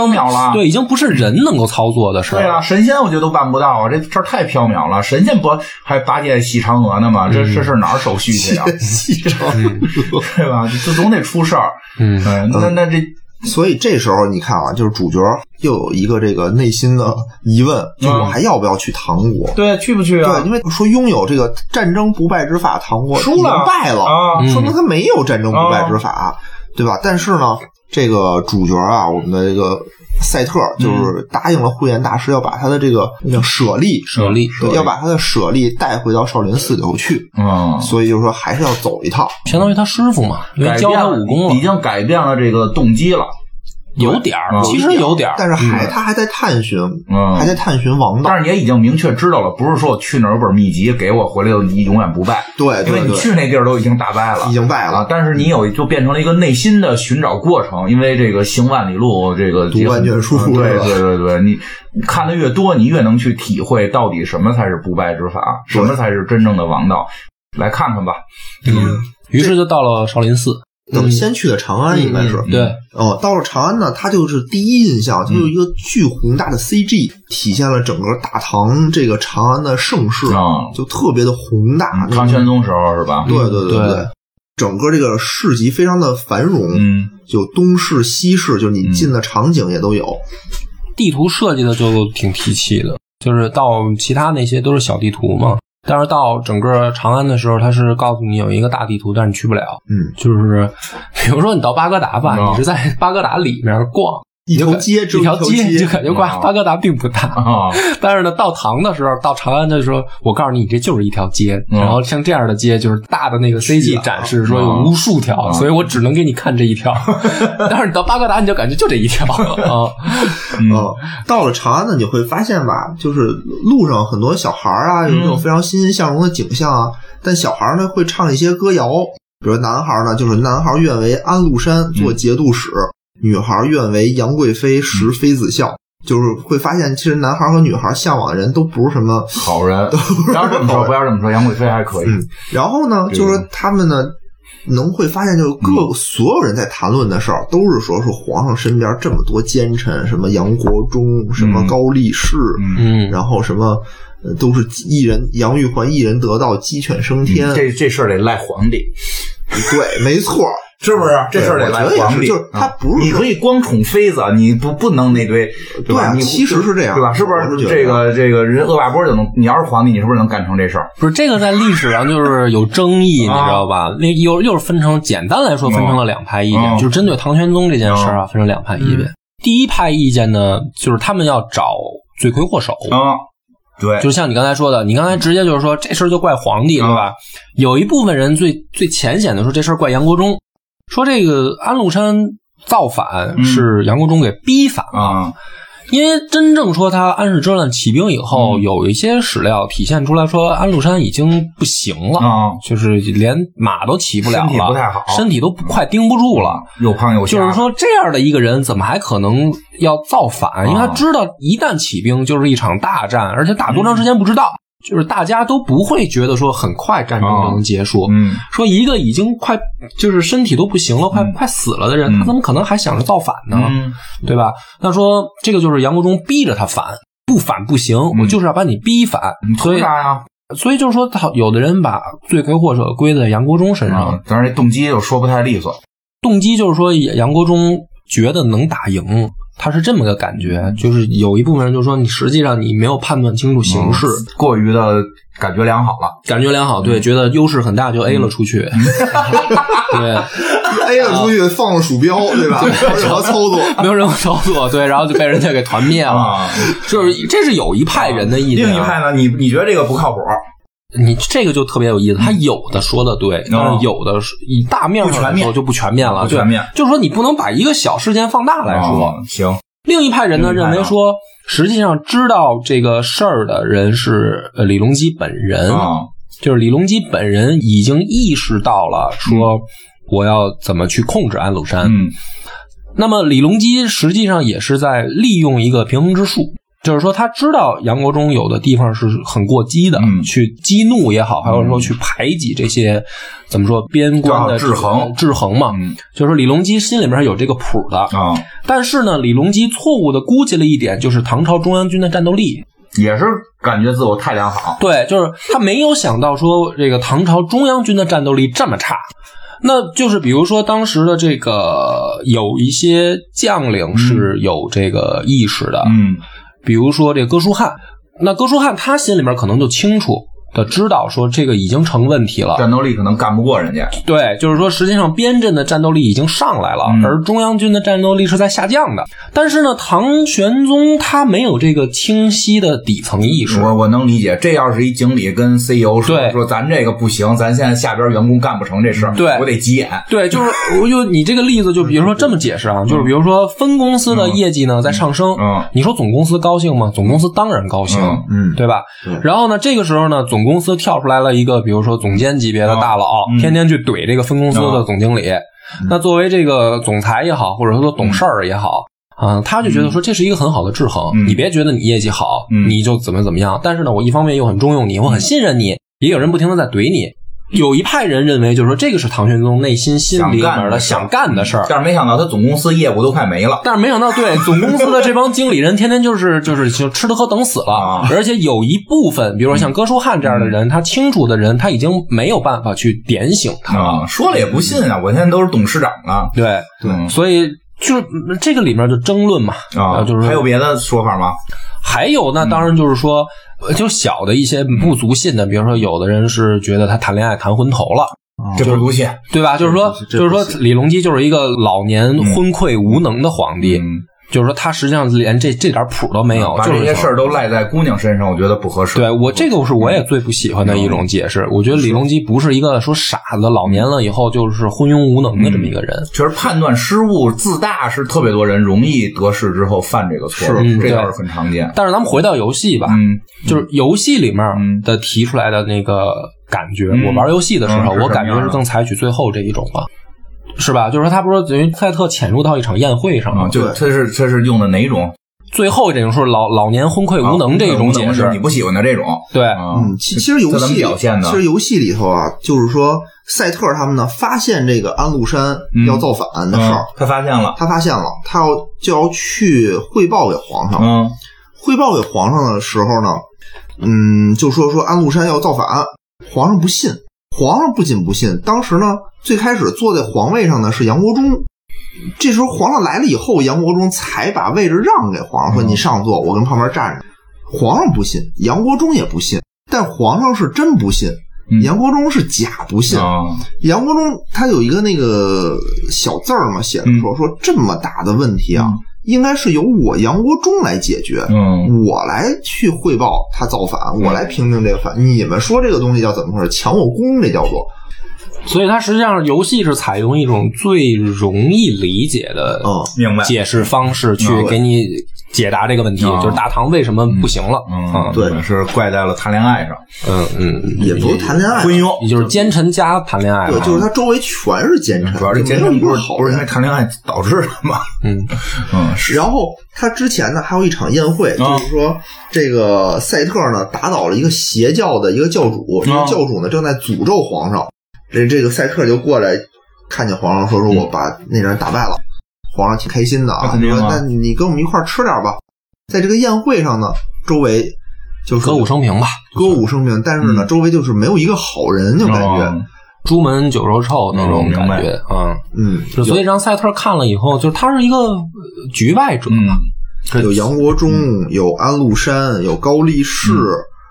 Speaker 2: 对，已经不是人能够操作的事儿。
Speaker 1: 对啊，神仙我觉得都办不到啊，这事儿太缥缈了。神仙不还八戒骑嫦娥呢吗？这
Speaker 2: 嗯
Speaker 1: 这事儿哪儿手续去啊？对吧？这总得出事儿。
Speaker 2: 嗯
Speaker 1: 嗯，那那这
Speaker 3: 所以这时候你看啊，就是主角又有一个这个内心的疑问，就我还要不要去唐国？
Speaker 1: 嗯对去不去啊
Speaker 3: 对，？因为说拥有这个战争不败之法，唐国
Speaker 1: 输
Speaker 3: 已经
Speaker 1: 了
Speaker 3: 败了，
Speaker 1: 啊，嗯
Speaker 2: 嗯
Speaker 3: 说明他没有战争不败之法，对吧？但是呢，这个主角啊，我们的这个赛特
Speaker 1: 嗯
Speaker 3: 就是答应了慧眼大师，要把他的这个那叫舍利，
Speaker 2: 舍利
Speaker 3: 对，要把他的舍利带回到少林寺里头去，
Speaker 1: 嗯，
Speaker 3: 所以就是说还是要走一趟。
Speaker 2: 相当于他师傅嘛，因为
Speaker 1: 改
Speaker 2: 教
Speaker 1: 变
Speaker 2: 他
Speaker 1: 了
Speaker 2: 武功
Speaker 1: 已
Speaker 2: 了，
Speaker 1: 经改变了这个动机了。
Speaker 2: 有点儿，
Speaker 1: 嗯
Speaker 2: 其实有点儿，
Speaker 3: 但是还他还在探寻，
Speaker 1: 嗯
Speaker 3: 还在探寻王道
Speaker 1: 但。是也已经明确知道了，不是说我去哪儿有本秘籍给我回来就你永远不败，
Speaker 3: 哎对
Speaker 1: 因为
Speaker 3: 对
Speaker 1: 你
Speaker 3: 对，
Speaker 1: 去那地儿都已经打败了，
Speaker 3: 已经败
Speaker 1: 啊
Speaker 3: 了，，
Speaker 1: 但是你有就变成了一个内心的寻找过程，因为这个行万里路，这个
Speaker 3: 读万卷书
Speaker 1: 嗯对
Speaker 3: 是吧
Speaker 1: 对对对，你你看的越多，你越能去体会到底什么才是不败之法，什么才是真正的王道。来看看吧，
Speaker 2: 嗯，于是就到了少林寺，
Speaker 1: 嗯
Speaker 3: 等先去的长安应该是。
Speaker 2: 嗯对，
Speaker 3: 哦，到了长安呢，它就是第一印
Speaker 1: 嗯
Speaker 3: 象，它有一个巨宏大的 CG，体现了整个大唐这个长安的盛世，
Speaker 1: 啊，
Speaker 3: 就特别的宏大。那
Speaker 1: 唐
Speaker 3: 种
Speaker 1: 玄宗时候是吧？
Speaker 3: 对对
Speaker 2: 对
Speaker 3: 对，整个这个市集非常的繁荣，
Speaker 1: 嗯，
Speaker 3: 就东市西市，就是你进的场景也都有。
Speaker 2: 地图设计的就挺提气的，就是到其他那些都是小地图嘛，但是到整个长安的时候，它是告诉你有一个大地图，但是你去不了。
Speaker 3: 嗯，
Speaker 2: 就是比如说你到巴格达吧，
Speaker 1: 嗯
Speaker 2: 你是在巴格达里面逛
Speaker 3: 一条街，只有
Speaker 2: 一条街，就
Speaker 3: 街，
Speaker 2: 感觉巴
Speaker 1: 嗯
Speaker 2: 巴格达并不大。
Speaker 1: 啊，
Speaker 2: 但是呢，到唐的时候，到长安的时候，我告诉你，你这就是一条街。
Speaker 1: 嗯啊
Speaker 2: 然后像这样的街，就是大的那个 CG 展示说有无数条，
Speaker 1: 嗯
Speaker 2: 所以我只能给你看这 一条。但是你到巴格达，你就感觉就这一条啊。
Speaker 1: 嗯
Speaker 3: 嗯，到了长安呢，你会发现吧，就是路上很多小孩儿啊，有那
Speaker 1: 嗯
Speaker 3: 种非常欣欣向荣的景象啊。但小孩儿呢会唱一些歌谣，比如男孩儿呢，就是男孩儿愿为安禄山做节度使，女孩儿愿为杨贵妃识妃子笑。就是会发现，其实男孩儿和女孩儿向往的人都不是什么
Speaker 1: 好 人，不要这么说，不要这么说，杨贵妃还可以，
Speaker 3: 嗯然后呢，
Speaker 1: 对嗯
Speaker 3: 就是说他们呢，能会发现，就是各个所有人在谈论的事儿，都是说是皇上身边这么多奸臣，什么杨国忠，什么高力士，
Speaker 1: 嗯，
Speaker 2: 嗯，
Speaker 3: 然后什么呃都是一人杨玉环一人得道，鸡犬升天。
Speaker 1: 嗯这这事儿得赖皇帝，
Speaker 3: 对，没错，
Speaker 1: 是不是？这事儿得
Speaker 3: 对
Speaker 1: 赖
Speaker 3: 我觉得也
Speaker 1: 皇
Speaker 3: 是
Speaker 1: 帝，
Speaker 3: 就是他
Speaker 1: 啊
Speaker 3: 不是
Speaker 1: 你可以光宠妃子，啊你不不能那堆，对吧？
Speaker 3: 对
Speaker 1: 你
Speaker 3: 其实是这样
Speaker 1: 对吧？是不
Speaker 3: 我是
Speaker 1: 是
Speaker 3: 觉得
Speaker 1: 这个这个人恶霸波就能？你要是皇帝，你是不是能干成这事儿？
Speaker 2: 不是这个在历史上就是有争议，你知
Speaker 1: 啊
Speaker 2: 道吧？那又又是分成，简单来说分成了两派意见，
Speaker 1: 嗯
Speaker 2: 就是针对唐玄宗这件事儿啊，分成两派意见。第一派意见呢，就是他们要找罪魁祸首，
Speaker 1: 啊，对，
Speaker 2: 就是像你刚才说的，你刚才直接就是说这事儿就怪皇帝，对
Speaker 1: 嗯啊
Speaker 2: 吧？有一部分人最最浅显的说这事儿怪杨国忠，说这个安禄山造反
Speaker 1: 嗯
Speaker 2: 是杨国忠给逼反了。
Speaker 1: 啊，
Speaker 2: 因为真正说他安史之乱起兵以后，
Speaker 1: 嗯
Speaker 2: 有一些史料体现出来说安禄山已经不行了，
Speaker 1: 啊
Speaker 2: 就是连马都骑不了了，
Speaker 1: 身体不太好
Speaker 2: 身体都快盯不住了。
Speaker 1: 又胖又
Speaker 2: 就
Speaker 1: 瞎
Speaker 2: 是说，这样的一个人怎么还可能要造
Speaker 1: 啊
Speaker 2: 反？因为他知道一旦起兵就是一场大战，而且打多长时间不知
Speaker 1: 嗯
Speaker 2: 道，就是大家都不会觉得说很快战争就能结束。
Speaker 1: 嗯，
Speaker 2: 说一个已经快就是身体都不行了，快快死了的人，
Speaker 1: 嗯
Speaker 2: 他怎么可能还想着造反呢？
Speaker 1: 嗯
Speaker 2: 对吧？那说这个就是杨国忠逼着他反，不反不行，
Speaker 1: 嗯
Speaker 2: 我就是要把你逼反。
Speaker 1: 你
Speaker 2: 所
Speaker 1: 图
Speaker 2: 以，
Speaker 1: 啥呀？
Speaker 2: 所以就是说，他有的人把罪魁祸首归在杨国忠身上，
Speaker 1: 啊，当然这动机又说不太利索，
Speaker 2: 动机就是说杨国忠觉得能打赢。他是这么个感
Speaker 1: 嗯
Speaker 2: 觉，就是有一部分人就说你实际上你没有判断清楚形势，
Speaker 1: 过于的感觉良好了，
Speaker 2: 感觉良好，
Speaker 1: 嗯
Speaker 2: 对，觉得优势很大就 A 了出去， 对，
Speaker 3: A 了出去放了鼠标，
Speaker 1: 啊
Speaker 3: 对吧？ 然后操作，
Speaker 2: 没有任何操作，对，然后就被人家给团灭了，
Speaker 1: 啊。
Speaker 2: 就是这是有一派人的意见啊，
Speaker 1: 另一派呢，你你觉得这个不靠谱，
Speaker 2: 你这个就特别有意思，他有的说的对，但是有的是以大面上来
Speaker 1: 嗯不全
Speaker 2: 说
Speaker 1: 面
Speaker 2: 就不全面了，
Speaker 1: 不全面
Speaker 2: 对，就是说你不能把一个小事件放大来说。
Speaker 1: 啊行，
Speaker 2: 另一派人呢
Speaker 1: 另一派
Speaker 2: 认
Speaker 1: 啊
Speaker 2: 为说，实际上知道这个事儿的人是呃李隆基本人，
Speaker 1: 啊，
Speaker 2: 就是李隆基本人已经意识到了说我要怎么去控制安禄山，
Speaker 1: 嗯
Speaker 2: 那么李隆基实际上也是在利用一个平衡之术，就是说他知道杨国忠有的地方是很过激的，
Speaker 1: 嗯
Speaker 2: 去激怒也好，还有说去排挤这些怎么说边关的
Speaker 1: 正好制衡
Speaker 2: 制衡嘛，
Speaker 1: 嗯
Speaker 2: 就是说李隆基心里面是有这个谱的。
Speaker 1: 啊，
Speaker 2: 但是呢，李隆基错误的估计了一点，就是唐朝中央军的战斗力。
Speaker 1: 也是感觉自我太良好，
Speaker 2: 对，就是他没有想到说这个唐朝中央军的战斗力这么差。那就是比如说当时的这个有一些将领是有这个意识的，
Speaker 1: 嗯
Speaker 2: 比如说这个哥舒翰，那哥舒翰他心里面可能就清楚的知道说这个已经成问题了，
Speaker 1: 战斗力可能干不过人家，
Speaker 2: 对，就是说，实际上边镇的战斗力已经上来了，
Speaker 1: 嗯
Speaker 2: 而中央军的战斗力是在下降的。但是呢，唐玄宗他没有这个清晰的底层意识。
Speaker 1: 我我能理解，这要是一经理跟 CEO 说
Speaker 2: 对
Speaker 1: 说咱这个不行，咱现在下边员工干不成这事儿，
Speaker 2: 对
Speaker 1: 我得急眼，
Speaker 2: 对，就是我就你这个例子，就比如说这么解释啊，就是比如说分公司的业绩呢在上升，
Speaker 1: 嗯
Speaker 2: 你说总公司高兴吗？总公司当然高兴，
Speaker 1: 嗯
Speaker 3: 嗯，
Speaker 2: 对吧？
Speaker 3: 对
Speaker 2: 然后呢，这个时候呢，总公司跳出来了一个，比如说总监级别的大佬，
Speaker 1: 嗯啊
Speaker 2: 天天去怼这个分公司的总经理。那作为这个总裁也好，或者说懂事儿也好。啊，他就觉得说这是一个很好的制衡，
Speaker 1: 嗯
Speaker 2: 你别觉得你业绩好，
Speaker 1: 嗯
Speaker 2: 你就怎么怎么样。但是呢，我一方面又很重用你，我很信任你，也有人不停的在怼你。有一派人认为，就是说这个是唐玄宗内心心
Speaker 1: 想
Speaker 2: 里
Speaker 1: 干
Speaker 2: 面
Speaker 1: 的
Speaker 2: 的
Speaker 1: 事儿
Speaker 2: 想干的事儿，
Speaker 1: 但是没想到他总公司业务都快没了，
Speaker 2: 但是没想到，对总公司的这帮经理人，天天就是就是就吃得喝等死了。
Speaker 1: 啊嗯
Speaker 2: 而且有一部分，比如说像哥舒翰这样的人，他清楚的人，他已经没有办法去点醒他了。
Speaker 1: 啊，说了也不信啊，我现在都是董事长了，
Speaker 2: 对，
Speaker 1: 对
Speaker 2: 所以就是嗯这个里面就争论嘛，
Speaker 1: 啊，
Speaker 2: 就是
Speaker 1: 还有别的说法吗？
Speaker 2: 还有那当然就是说，呃就小的一些不足信的，比如说有的人是觉得他谈恋爱谈昏头了。
Speaker 1: 这不是不信，
Speaker 2: 对吧？啊就是说，
Speaker 3: 这
Speaker 2: 就
Speaker 3: 不
Speaker 2: 是
Speaker 3: 行
Speaker 2: 说，李隆基就是一个老年昏聩无能的皇帝，
Speaker 1: 嗯
Speaker 2: 就是说他实际上连这这点谱都没有，
Speaker 1: 把
Speaker 2: 就
Speaker 1: 这
Speaker 2: 是
Speaker 1: 些
Speaker 2: 说
Speaker 1: 事儿都赖在姑娘身上，我觉得不合适。
Speaker 2: 对我这个是我
Speaker 1: 嗯
Speaker 2: 也最不喜欢的一种解释。我觉得李隆基不是一个说傻子，老年了以后就是昏庸无能的这么一
Speaker 1: 嗯
Speaker 2: 个人。
Speaker 1: 其实判断失误、自大是特别多人容易得势之后犯这个错误
Speaker 2: 是，嗯
Speaker 1: 这倒
Speaker 2: 对
Speaker 1: 是很常见。
Speaker 2: 但是咱们回到游戏吧，
Speaker 1: 嗯，
Speaker 2: 就是游戏里面
Speaker 1: 嗯
Speaker 2: 的提出来的那个感觉。
Speaker 1: 嗯
Speaker 2: 我玩游戏的时
Speaker 1: 嗯
Speaker 2: 候，
Speaker 1: 是
Speaker 2: 我感
Speaker 1: 什么样
Speaker 2: 觉是
Speaker 1: 的
Speaker 2: 更采取最后这一种吧，是吧？就是说他不是等于赛特潜入到一场宴会上
Speaker 1: 啊，
Speaker 2: 吗？
Speaker 1: 就他是他是用的哪种
Speaker 2: 最后这种是老老年昏聩无能这种解
Speaker 1: 啊啊无能就是你
Speaker 2: 释，哎
Speaker 1: 不喜欢的这种，
Speaker 2: 对，
Speaker 1: 啊
Speaker 3: 嗯，其其实游
Speaker 1: 这怎
Speaker 3: 戏
Speaker 1: 么表现呢
Speaker 3: 其实游戏里头啊，就是说赛特他们呢发现这个安禄山
Speaker 1: 嗯
Speaker 3: 要造反的事儿
Speaker 1: 嗯，他发现了，
Speaker 3: 他发现了，他要就要去汇报给皇上。
Speaker 1: 嗯
Speaker 3: 汇报给皇上的时候呢，嗯，就说说安禄山要造反，皇上不信。皇上不仅不信，当时呢，最开始坐在皇位上的是杨国忠。这时候皇上来了以后，杨国忠才把位置让给皇上，说：“
Speaker 1: 嗯
Speaker 3: 你上座，我跟旁边站着。”皇上不信，杨国忠也不信，但皇上是真不信，
Speaker 1: 嗯
Speaker 3: 杨国忠是假不信。
Speaker 1: 啊，
Speaker 3: 杨
Speaker 1: 嗯
Speaker 3: 国忠他有一个那个小字儿嘛，写着说说这么大的问题啊，应该是由我杨国忠来解决，
Speaker 1: 嗯，
Speaker 3: 我来去汇报他造反，我来评定这个反。你们说这个东西叫怎么回事？抢我功，这叫做
Speaker 2: 所以它实际上游戏是采用一种最容易理解的
Speaker 3: 嗯
Speaker 1: 明白。
Speaker 2: 解释方式去给你解答这个问题，
Speaker 1: 嗯
Speaker 2: 就是大唐为什么不行了？
Speaker 1: 嗯，
Speaker 3: 对
Speaker 1: 是怪在了谈恋爱上，
Speaker 2: 嗯嗯，
Speaker 3: 也不是谈恋爱，
Speaker 1: 婚姻。
Speaker 2: 也就是奸臣家谈恋爱
Speaker 3: 对
Speaker 2: 了，，
Speaker 3: 就是他周围全是奸臣，
Speaker 1: 啊主要这
Speaker 3: 就
Speaker 1: 奸
Speaker 3: 没哎
Speaker 1: 臣
Speaker 3: 有一
Speaker 1: 不
Speaker 3: 个
Speaker 1: 是
Speaker 3: 好
Speaker 1: 不是因
Speaker 3: 人
Speaker 1: 为。谈恋爱导致的嘛？
Speaker 2: 嗯，
Speaker 1: 嗯，是
Speaker 3: 然后他之前呢，还有一场宴会，
Speaker 1: 啊
Speaker 3: 就是说这个赛特呢打倒了一个邪教的一个教主，这个
Speaker 1: 啊
Speaker 3: 教主呢正在诅咒皇上，这这个赛特就过来看见皇上说说我把那人打败了，皇上挺开心的
Speaker 1: 嗯那
Speaker 3: 啊，
Speaker 1: 肯定
Speaker 3: 说
Speaker 1: 啊
Speaker 3: 那你跟我们一块儿吃点吧。在这个宴会上呢，周围就是
Speaker 2: 歌舞升平吧，
Speaker 3: 歌舞升平，但是呢，
Speaker 1: 嗯
Speaker 3: 周围就是没有一个好人，就感觉
Speaker 1: 嗯
Speaker 2: 朱门酒肉臭那种
Speaker 1: 嗯
Speaker 2: 感
Speaker 1: 明白
Speaker 2: 觉啊。
Speaker 3: 嗯，
Speaker 2: 就所以让赛特看了以后，就是他是一个呃局外者嘛，
Speaker 1: 嗯
Speaker 2: 这
Speaker 3: 有杨国忠，有安禄山，有高力士，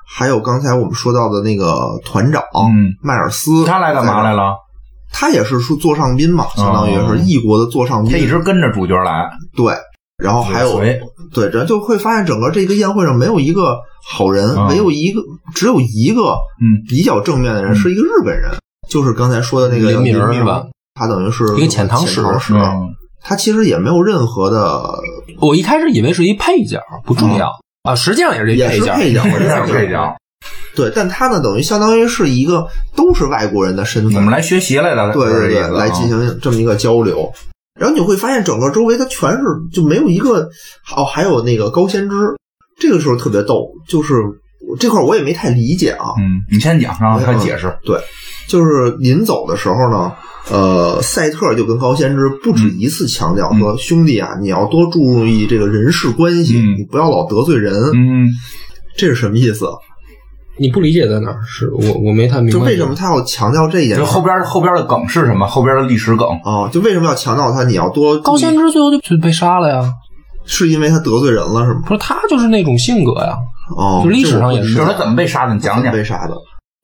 Speaker 3: 还有刚才我们说到的那个团长、
Speaker 1: 嗯
Speaker 3: 迈尔斯，
Speaker 1: 他来干嘛来
Speaker 3: 了？
Speaker 1: 了？
Speaker 3: 他也是说座上宾嘛，相当于
Speaker 1: 哦
Speaker 3: 是异国的座上宾。
Speaker 1: 他一直跟着主角来，
Speaker 3: 对，然后嗯哦还有
Speaker 1: 尾随
Speaker 3: 对，然后就会发现整个这个宴会上没有一个好人，
Speaker 1: 嗯
Speaker 3: 没有一个只有一个
Speaker 1: 嗯
Speaker 3: 比较正面的人，
Speaker 1: 嗯
Speaker 3: 是一个日本人，就是刚才说的那个
Speaker 2: 林明
Speaker 3: 明
Speaker 2: 儿是吧？
Speaker 3: 他等于是
Speaker 2: 一个遣唐使
Speaker 3: 使
Speaker 1: 啊嗯
Speaker 3: 他其实也没有任何的
Speaker 2: 我一开始以为是一配角，不重要、啊，实际上也是一
Speaker 3: 也是
Speaker 2: 角。
Speaker 3: 配角，
Speaker 1: 我
Speaker 3: 我
Speaker 1: 这
Speaker 3: 认
Speaker 1: 样
Speaker 3: 识
Speaker 1: 这讲，
Speaker 3: 对，但他呢，等于相当于是一个都是外国人的身份，
Speaker 1: 我们来学习来了，
Speaker 3: 嗯对对
Speaker 1: 这
Speaker 3: 对
Speaker 1: 意思啊
Speaker 3: 来进行这么一个交流。然后你会发现，整个周围它全是就没有一个哦，还有那个高先知，这个时候特别逗，就是这块我也没太理解啊，
Speaker 1: 嗯，你先讲，然后他
Speaker 3: 嗯
Speaker 1: 解释。
Speaker 3: 就是临走的时候呢，呃，赛特就跟高先知不
Speaker 1: 嗯
Speaker 3: 止一次强调说，兄弟啊，你要多注意这个人事关系，
Speaker 1: 嗯
Speaker 3: 你不要老得罪人，
Speaker 1: 嗯，
Speaker 3: 这是什么意思啊？
Speaker 2: 你不理解在哪儿？是我我没太明白。
Speaker 3: 就为什么他要强调这一点？
Speaker 1: 就后边后边的梗是什么？后边的历史梗，
Speaker 3: 啊，就为什么要强调他？你要多注意
Speaker 2: 高先知最后就就被杀了呀？
Speaker 3: 是因为他得罪人了是吗？
Speaker 2: 不是他就是那种性格呀。
Speaker 3: 哦，
Speaker 2: 就历史上也
Speaker 1: 就是是他怎么被杀的，你讲讲。
Speaker 3: 被杀的。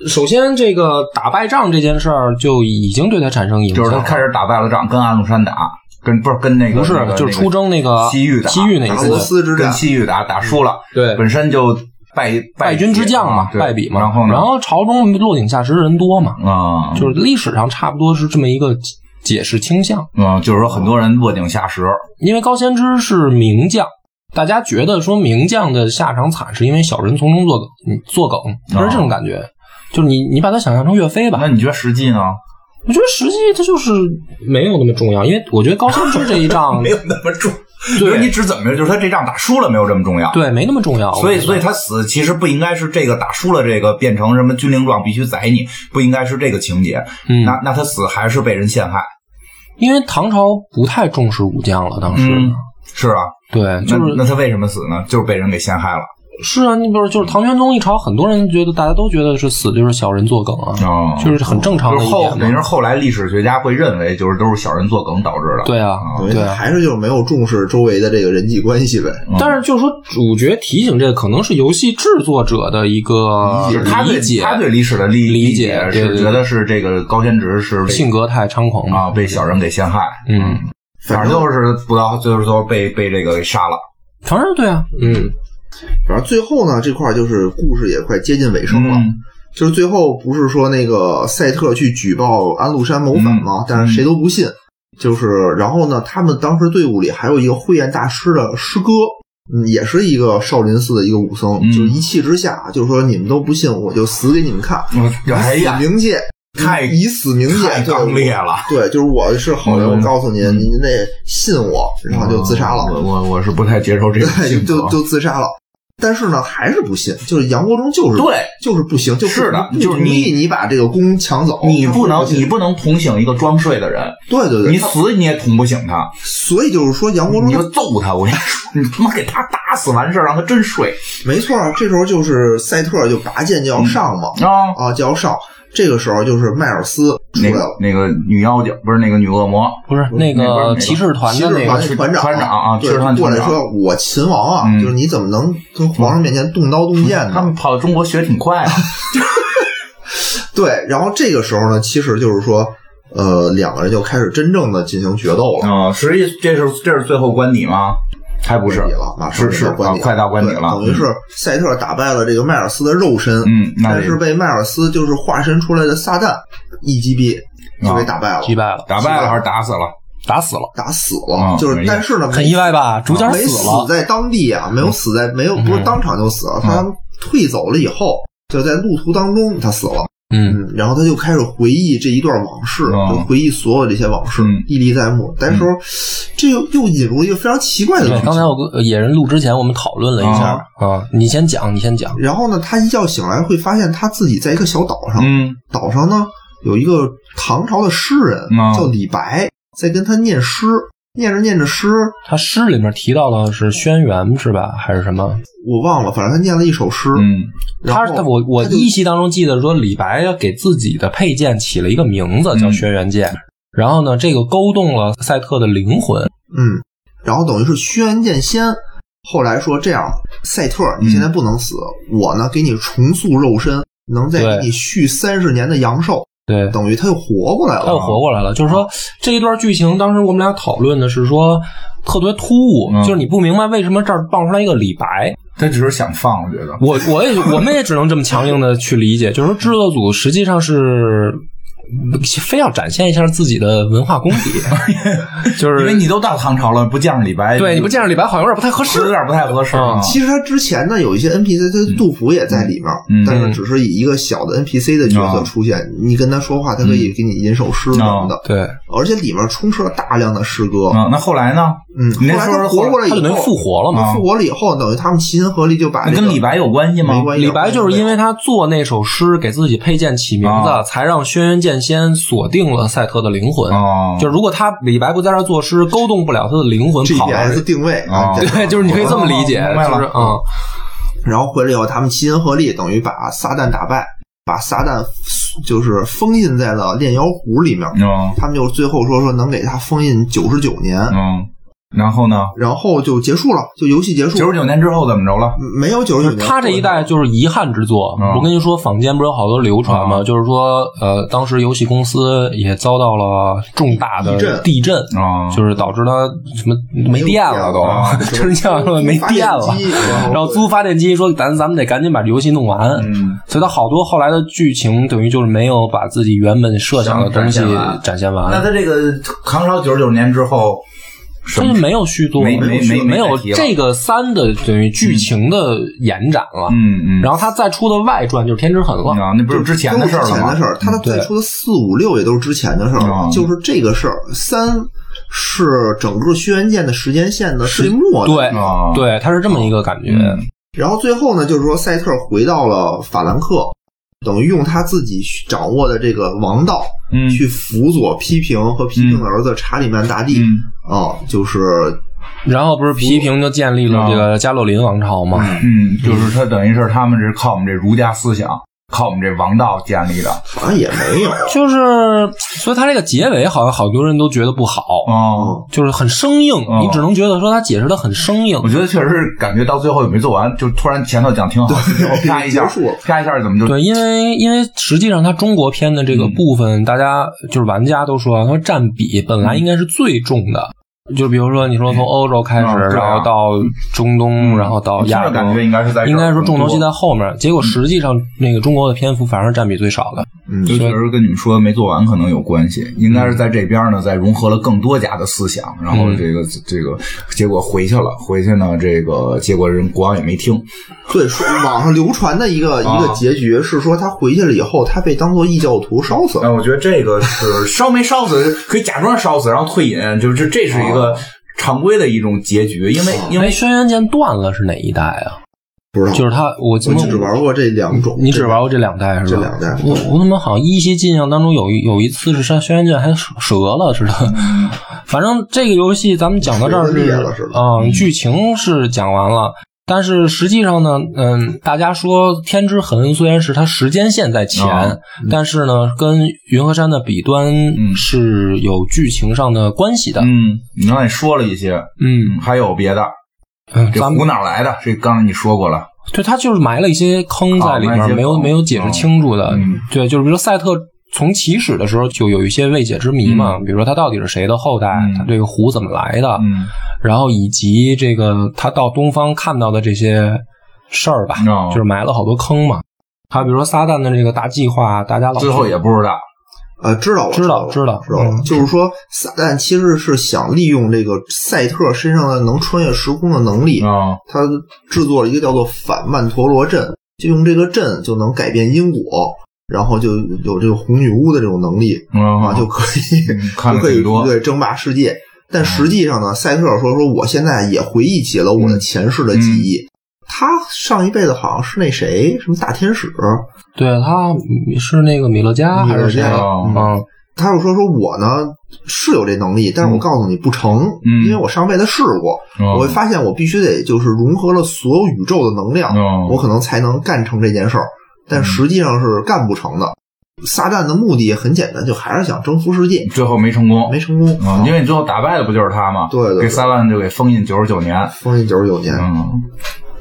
Speaker 2: 首先，这个打败仗这件事儿就已经对他产生影响
Speaker 1: 就
Speaker 2: 了，
Speaker 1: 是他开始打败了仗，跟安禄山打，跟不是跟那个
Speaker 2: 不是
Speaker 1: 那个
Speaker 2: 就是出征那个
Speaker 1: 那西域打，
Speaker 2: 西域那一次
Speaker 3: 达罗斯之战
Speaker 1: 跟西域打打输了，
Speaker 2: 对
Speaker 1: 本身就败
Speaker 2: 败军之将嘛，
Speaker 1: 对
Speaker 2: 败笔嘛。
Speaker 1: 然后呢？
Speaker 2: 然后朝中落井下石的人多嘛，
Speaker 1: 啊，
Speaker 2: 就是历史上差不多是这么一个解释倾向。
Speaker 1: 嗯，就是说很多人落井下石，
Speaker 2: 因为高先知是名将，大家觉得说名将的下场惨，是因为小人从中作梗，你作梗，就是
Speaker 1: 啊
Speaker 2: 这种感觉。就是你，你把它想象成岳飞吧
Speaker 1: 那，你觉得实际呢？
Speaker 2: 我觉得实际它就是没有那么重要，因为我觉得高先知这一 仗
Speaker 1: 有那么重，就是你
Speaker 2: 对
Speaker 1: 指怎么着？就是他这仗打输了没有这么重要。
Speaker 2: 对没那么重要，
Speaker 1: 所以，
Speaker 2: 我觉得
Speaker 1: 所以他死其实不应该是这个打输了这个变成什么军令状必须宰你，不应该是这个情节。
Speaker 2: 嗯
Speaker 1: 那那他死还是被人陷害？
Speaker 2: 因为唐朝不太重视武将了，当时、
Speaker 1: 嗯是啊，
Speaker 2: 对，
Speaker 1: 那
Speaker 2: 就是
Speaker 1: 那他为什么死呢？就是被人给陷害了。
Speaker 2: 是啊，你比如就是唐玄宗一朝，很多人觉得大家都觉得是死就是小人作梗啊，
Speaker 1: 哦
Speaker 2: 就是很正常
Speaker 1: 就
Speaker 2: 的
Speaker 1: 是
Speaker 2: 一
Speaker 1: 后
Speaker 2: 点
Speaker 1: 等于
Speaker 2: 嘛。
Speaker 1: 是后来历史学家会认为，就是都是小人作梗导致的。
Speaker 2: 对啊，
Speaker 1: 啊，嗯
Speaker 3: 等于
Speaker 2: 对啊
Speaker 3: 还是就是没有重视周围的这个人际关系呗。
Speaker 2: 但是就是说，主角提醒这个可能是游戏制作者的一个
Speaker 1: 就是他对
Speaker 2: 理解，
Speaker 1: 他对历史的理
Speaker 2: 理解
Speaker 1: 解
Speaker 2: 对
Speaker 1: 是
Speaker 2: 对
Speaker 1: 觉得是这个高先知是被
Speaker 2: 性格太猖狂嘛。
Speaker 1: 啊被小人给陷害，
Speaker 2: 嗯，
Speaker 1: 反正就是不到最后最后被被这个给杀了。
Speaker 2: 反正对啊，嗯，
Speaker 3: 反正最后呢，这块儿就是故事也快接近尾声了。
Speaker 1: 嗯
Speaker 3: 就是最后不是说那个赛特去举报安禄山谋
Speaker 1: 嗯
Speaker 3: 反吗？但是谁都不信。就是然后呢，他们当时队伍里还有一个慧眼大师的师哥。嗯，也是一个少林寺的一个武僧，
Speaker 1: 嗯
Speaker 3: 就是一气之下，就是说你们都不信，我就死给你们看。
Speaker 1: 嗯，哎呀
Speaker 3: 以，死冥界，嗯
Speaker 1: 太
Speaker 3: 以死冥
Speaker 1: 太
Speaker 3: 界，对
Speaker 1: 刚烈了。
Speaker 3: 对，就是我是好人，
Speaker 1: 嗯
Speaker 3: 我告诉您，您得信我，然后就自杀
Speaker 1: 我
Speaker 3: 了，
Speaker 1: 我我是不太接受这种
Speaker 3: 对，
Speaker 1: 性格
Speaker 3: 就就自杀了。但是呢，还是不信，就是杨国忠就是
Speaker 1: 对，
Speaker 3: 就是不行，就是
Speaker 1: 的
Speaker 3: 不
Speaker 1: 就是
Speaker 3: 同意
Speaker 1: 你
Speaker 3: 你把这个弓抢走，
Speaker 1: 你不能
Speaker 3: 信
Speaker 1: 你不能同醒一个装睡的人，
Speaker 3: 对对对，
Speaker 1: 你
Speaker 3: 他
Speaker 1: 死你也捅不醒他，
Speaker 3: 所以就是说杨国
Speaker 1: 你
Speaker 3: 忠
Speaker 1: 就揍他！我跟你说，你他妈给他打死完事儿，让他真睡
Speaker 3: 没错，这时候就是赛特就拔剑就要上嘛，
Speaker 1: 啊！
Speaker 3: 啊就要上，这个时候就是迈尔斯出
Speaker 1: 那
Speaker 3: 来
Speaker 1: 个
Speaker 3: 了，
Speaker 1: 那个女妖精不是那个女恶魔，
Speaker 2: 不是那
Speaker 1: 那边那
Speaker 2: 个
Speaker 1: 个
Speaker 2: 骑士团
Speaker 3: 骑
Speaker 2: 的
Speaker 3: 士
Speaker 2: 那
Speaker 3: 团
Speaker 2: 个
Speaker 1: 骑士
Speaker 3: 的团长
Speaker 1: 团长啊骑
Speaker 3: 对
Speaker 1: 士团，
Speaker 3: 过来
Speaker 1: 团长
Speaker 3: 说我秦王啊，
Speaker 1: 嗯
Speaker 3: 就是你怎么能跟皇上面前动刀动
Speaker 2: 嗯
Speaker 3: 剑呢？
Speaker 1: 他们跑到中国学挺 快啊。
Speaker 3: 对，然后这个时候呢，其实就是说，
Speaker 1: 嗯
Speaker 3: 呃，两个人就开始真正的进行决斗了。
Speaker 1: 啊，实际这是这是最后官邸吗？还不是
Speaker 3: 关你了，马
Speaker 1: 是
Speaker 3: 上
Speaker 1: 是
Speaker 3: 就到关
Speaker 1: 啊
Speaker 3: 你
Speaker 1: 快到关你
Speaker 3: 对
Speaker 1: 了
Speaker 3: 等于是赛特打败了这个迈尔斯的肉身，
Speaker 1: 嗯那
Speaker 3: 但是被迈尔斯就是化身出来的撒旦一击毙
Speaker 1: 啊
Speaker 3: 就给打败了，
Speaker 2: 击败了，
Speaker 1: 打败了还是打死了？
Speaker 2: 打死了，
Speaker 3: 打死
Speaker 1: 啊
Speaker 3: 了，就
Speaker 1: 没
Speaker 3: 是
Speaker 1: 意思
Speaker 3: 但是呢，
Speaker 2: 很意外吧？主角
Speaker 3: 没
Speaker 2: 死了，嗯
Speaker 3: 在当地啊，没有死在没有不是当场就死了，他退走了以后，就在路途当中他死了。
Speaker 2: 嗯，
Speaker 3: 嗯，然后他就开始回忆这一段往事，
Speaker 1: 啊
Speaker 3: 就回忆所有这些往事
Speaker 1: 嗯，
Speaker 3: 历历在目。但是这又又引入一个非常奇怪的
Speaker 2: 嗯对
Speaker 3: 东，西。
Speaker 2: 刚才我跟呃野人录之前，我们讨论了一下啊，你先讲，你先讲，
Speaker 3: 然后呢，他一觉醒来会发现他自己在一个小岛上，
Speaker 1: 嗯
Speaker 3: 岛上呢有一个唐朝的诗人、
Speaker 1: 啊
Speaker 3: 叫李白，在跟他念诗，念着念着诗，
Speaker 2: 他诗里面提到的是轩辕是吧，还是什么？
Speaker 3: 我忘了，反正他念了一首诗。
Speaker 1: 嗯
Speaker 3: 然
Speaker 2: 他
Speaker 3: 后
Speaker 2: 他我我
Speaker 3: 他就
Speaker 2: 依稀当中记得说，李白给自己的佩剑起了一个名字叫
Speaker 1: 嗯
Speaker 2: 轩辕剑，然后呢，这个勾动了赛特的灵魂，
Speaker 3: 嗯，然后等于是轩辕剑仙，后来说这样，赛特，你现在不能死，我呢给你重塑肉身，能再
Speaker 2: 对
Speaker 3: 给你续三十年的阳寿，
Speaker 2: 对，
Speaker 3: 等于他又活过来
Speaker 2: 他又
Speaker 3: 了。
Speaker 2: 活过来了。就是说这一段剧情，当时我们俩讨论的是说特别突兀，
Speaker 1: 嗯
Speaker 2: 就是你不明白为什么这儿蹦出来一个李白。
Speaker 1: 他只是想放，我觉得。
Speaker 2: 我我也我们也只能这么强硬的去理解，就是说制作组实际上是。非要展现一下自己的文化功底， 就是
Speaker 1: 因为你都到唐朝了，不见着李白，
Speaker 2: 对你不见着李白好像有点不太合
Speaker 1: 是
Speaker 2: 适
Speaker 1: 有。点不太合适。
Speaker 2: 啊
Speaker 3: 其实他之前呢有一些 NPC，他杜甫也在里面，
Speaker 1: 嗯
Speaker 3: 但是只是以一个小的 NPC 的角色出现，你跟他说话，他可以给你吟首诗什么的，
Speaker 2: 对，
Speaker 3: 而且里面充斥了大量的诗歌。
Speaker 1: 啊，那后来呢？
Speaker 3: 嗯，
Speaker 1: 你那
Speaker 3: 后来
Speaker 1: 时候
Speaker 3: 他活过来以
Speaker 2: 他
Speaker 3: 后，啊
Speaker 2: 等于复活了嘛。
Speaker 3: 复活了以后，等于他们齐心合力就把
Speaker 1: 那
Speaker 3: 这
Speaker 1: 跟
Speaker 3: 个
Speaker 1: 李白有关系吗
Speaker 3: 没？关系。
Speaker 2: 李白就是因为他做那首诗，给自己佩剑起名字，
Speaker 1: 啊
Speaker 2: 才让轩辕剑仙锁定了赛特的灵魂。
Speaker 1: 哦，
Speaker 2: 就如果他李白不在这儿作诗，勾动不了他的灵魂，跑到这
Speaker 3: GPS 定位
Speaker 1: 啊
Speaker 2: 对，就是你可以这么理解，
Speaker 1: 哦明白
Speaker 2: 就是
Speaker 1: 了
Speaker 2: 嗯，
Speaker 3: 然后回来以后，他们齐心合力，等于把撒旦打败，把撒旦就是封印在了炼妖壶里面。
Speaker 1: 嗯
Speaker 3: 他们就最后说说能给他封印九十九年，
Speaker 1: 嗯，然后呢？
Speaker 3: 然后就结束了，就游戏结束。
Speaker 1: 九十九年之后怎么着了？
Speaker 3: 没有九
Speaker 2: 就
Speaker 3: 十
Speaker 2: 是
Speaker 3: 九年，
Speaker 2: 他这一代就是遗憾之作。
Speaker 1: 嗯
Speaker 2: 我跟你说，坊间不是有好多流传吗？就是说，呃，当时游戏公司也遭到了重大的
Speaker 3: 地震
Speaker 2: 地震，
Speaker 1: 啊，
Speaker 2: 就是导致它什么没电了都，
Speaker 3: 嗯
Speaker 2: 就是你想说没电了，然后租发电机说咱咱们得赶紧把这游戏弄完，
Speaker 1: 嗯
Speaker 2: 所以它好多后来的剧情等于就是没有把自己原本设想的东西
Speaker 1: 想展现完
Speaker 2: 展现完，
Speaker 1: 那他这个唐朝九十九年之后，什
Speaker 2: 这
Speaker 1: 么
Speaker 2: 就没有续作，
Speaker 1: 没没没
Speaker 2: 没有
Speaker 1: 没再提了
Speaker 2: 这个三的等于剧情的延展了，
Speaker 1: 嗯嗯，
Speaker 2: 然后它再出的外传就是《天之痕》了，
Speaker 1: 啊，那不是之前
Speaker 3: 都
Speaker 1: 的
Speaker 3: 是
Speaker 1: 事
Speaker 3: 之
Speaker 1: 儿了
Speaker 3: 前的
Speaker 1: 吗
Speaker 3: 事？儿，他的
Speaker 2: 对
Speaker 3: 最初的四五六也都是之前的事儿
Speaker 1: 嗯，
Speaker 3: 就是这个事儿。三是整个轩辕剑的时间线的最末的
Speaker 2: 对
Speaker 3: 地方
Speaker 1: 啊，，
Speaker 2: 对，它是这么一个感觉，
Speaker 1: 嗯
Speaker 3: 然后最后呢，就是说赛特回到了法兰克，等于用他自己掌握的这个王道
Speaker 1: 嗯
Speaker 3: 去辅佐批评和批评的儿子查理曼大帝
Speaker 1: 嗯
Speaker 3: 啊、就是
Speaker 2: 然后不是皮平就建立了这个加洛林王朝嘛，
Speaker 1: 嗯，就是他等于是他们这是靠我们这儒家思想，靠我们这王道建立的
Speaker 3: 好像也没有。
Speaker 2: 就是，所以他这个结尾好像好多人都觉得不好，
Speaker 1: 哦。
Speaker 2: 就是很生硬，
Speaker 1: 嗯
Speaker 2: 你只能觉得说他解释的很生硬
Speaker 3: 嗯
Speaker 1: 我。觉得确实是感觉到最后也没做完，就突然前头讲挺好，然后啪一下
Speaker 3: 结束了，
Speaker 1: 啪一下怎么就
Speaker 2: 对，因为因为实际上他中国片的这
Speaker 1: 嗯
Speaker 2: 个部分，大家就是玩家都说，他说占比本来应该是最重的。就比如说，你说从欧洲开始，
Speaker 1: 嗯嗯对啊
Speaker 2: 然后到中
Speaker 1: 嗯
Speaker 2: 东，然后到
Speaker 1: 听
Speaker 2: 亚
Speaker 1: 着
Speaker 2: 洲，
Speaker 1: 感觉应该是在这儿
Speaker 2: 应该说重头戏
Speaker 1: 更多
Speaker 2: 在后面。结果实际上，那个中国的篇幅反而占比最少的。
Speaker 3: 嗯，
Speaker 1: 就确实跟你们说没做完可能有关系，应该是在这边呢，再融合了更多家的思想，然后这个、这个结果回去了，回去呢，这个结果人国王也没听，
Speaker 3: 对，说网上流传的一个、
Speaker 2: 啊
Speaker 3: 一个结局是说他回去了以后，他被当做异教徒烧死
Speaker 1: 但
Speaker 2: 哦
Speaker 3: 了。
Speaker 1: 哎我觉得这个 是烧没烧死，可以假装烧死，然后退隐，就是这这是一个常规的一种结局，因为因
Speaker 2: 因
Speaker 1: 为
Speaker 2: 为哎轩辕剑断了是哪一代啊？
Speaker 3: 不知道，
Speaker 2: 就是他，我
Speaker 3: 我就只玩过这两种，
Speaker 2: 你只玩过这两代是吧？
Speaker 3: 这两代
Speaker 2: 我我怎么好像依稀印象当中有一有一次是山轩辕剑还折折了似的。
Speaker 1: 哎
Speaker 2: 反正这个游戏咱们讲到这儿
Speaker 3: 折
Speaker 2: 是
Speaker 3: 裂了似的
Speaker 2: 嗯，剧情是讲完了。但是实际上呢，嗯，大家说《天之痕》虽然是它时间线在前，
Speaker 1: 啊
Speaker 2: 但是呢，跟《云和山的彼端》是有剧情上的关系的。
Speaker 1: 嗯，你刚才说了一些，
Speaker 2: 嗯
Speaker 1: 嗯，还有别的，
Speaker 2: 嗯，
Speaker 1: 这
Speaker 2: 咱们
Speaker 1: 湖哪儿来的？这刚才你说过了，
Speaker 2: 对，他就是埋了一些坑在里
Speaker 1: 啊埋一
Speaker 2: 面，
Speaker 1: 些
Speaker 2: 没有
Speaker 1: 坑
Speaker 2: 没有解释清楚的。
Speaker 1: 嗯
Speaker 2: 对，就是比如说赛特从起始的时候就有一些未解之谜嘛，比如说他到底是谁的后代，
Speaker 1: 嗯
Speaker 2: 他这个湖怎么来的，
Speaker 1: 嗯，
Speaker 2: 然后以及这个他到东方看到的这些事儿吧，
Speaker 1: 哦
Speaker 2: 就是埋了好多坑嘛。还有比如说撒旦的这个大计划，大家老
Speaker 1: 最后也不知道，
Speaker 3: 呃，知道了，
Speaker 2: 知道
Speaker 3: 道了，知
Speaker 2: 知道
Speaker 3: 知道了。
Speaker 2: 嗯
Speaker 3: 就是说，撒旦其实是想利用这个赛特身上的能穿越时空的能力，
Speaker 1: 啊，
Speaker 3: 他制作了一个叫做反曼陀罗阵，就用这个阵就能改变因果，然后就有这个红女巫的这种能力啊，
Speaker 1: 嗯，
Speaker 3: 就可以
Speaker 1: 嗯看
Speaker 3: 就
Speaker 1: 了
Speaker 3: 可以
Speaker 1: 挺多，嗯
Speaker 3: 对争霸世界。但实际上呢，赛特说说我现在也回忆起了
Speaker 1: 嗯
Speaker 3: 我的前世的记忆。他上一辈子好像是那谁，什么大天使，
Speaker 2: 对他是那个米勒加还是谁
Speaker 3: 米勒
Speaker 2: 啊？
Speaker 3: 加
Speaker 1: 哦
Speaker 3: 嗯
Speaker 2: 嗯，
Speaker 3: 他又说说我呢是有这能力，但是我告诉你不成，
Speaker 1: 嗯
Speaker 3: 因为我上辈子试过，
Speaker 1: 哦
Speaker 3: 我会发现我必须得就是融合了所有宇宙的能量，
Speaker 1: 哦
Speaker 3: 我可能才能干成这件事儿，但
Speaker 1: 嗯
Speaker 3: 实际上是干不成的。撒旦的目的很简单，就还是想征服世界，
Speaker 1: 最后没成功，
Speaker 3: 没成功。
Speaker 1: 啊，因为你最后打败的不就是他吗？
Speaker 3: 对对对
Speaker 1: 给撒旦就给封印九十九年，
Speaker 3: 封印九十九年，
Speaker 1: 嗯，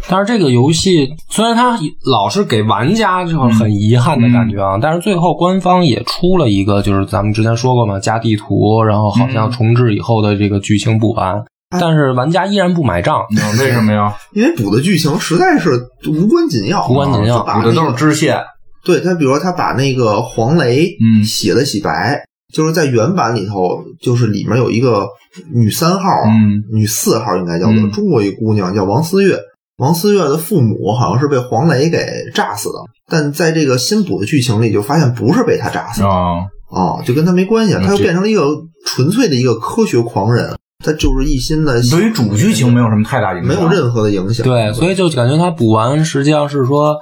Speaker 2: 但是这个游戏虽然它老是给玩家就很遗憾的感觉啊，但是最后官方也出了一个，就是咱们之前说过嘛，加地图，然后好像重置以后的这个剧情补完，但是玩家依然不买账。
Speaker 1: 你为什么 呀？
Speaker 3: 因为补的剧情实在是无关紧要，
Speaker 2: 无关紧要
Speaker 3: 就把
Speaker 1: 补的
Speaker 3: 那
Speaker 1: 都
Speaker 3: 个
Speaker 1: 是支线，
Speaker 3: 对他，比如说他把那个黄雷
Speaker 1: 嗯
Speaker 3: 洗了洗白，就是在原版里头，就是里面有一个女三号，
Speaker 1: 嗯
Speaker 3: 女四号应该叫做、
Speaker 1: 嗯
Speaker 3: 中国一姑娘叫王思月，王思月的父母好像是被黄雷给炸死的，但在这个新补的剧情里就发现不是被他炸死的
Speaker 1: 啊，
Speaker 2: 哦
Speaker 3: 啊、就跟他没关系，他又变成了一个纯粹的一个科学狂人，他就是一心的
Speaker 1: 对于主剧情没有什么太大影响，
Speaker 3: 没有任何的影响，
Speaker 2: 对，所以就感觉它补完实际上是说，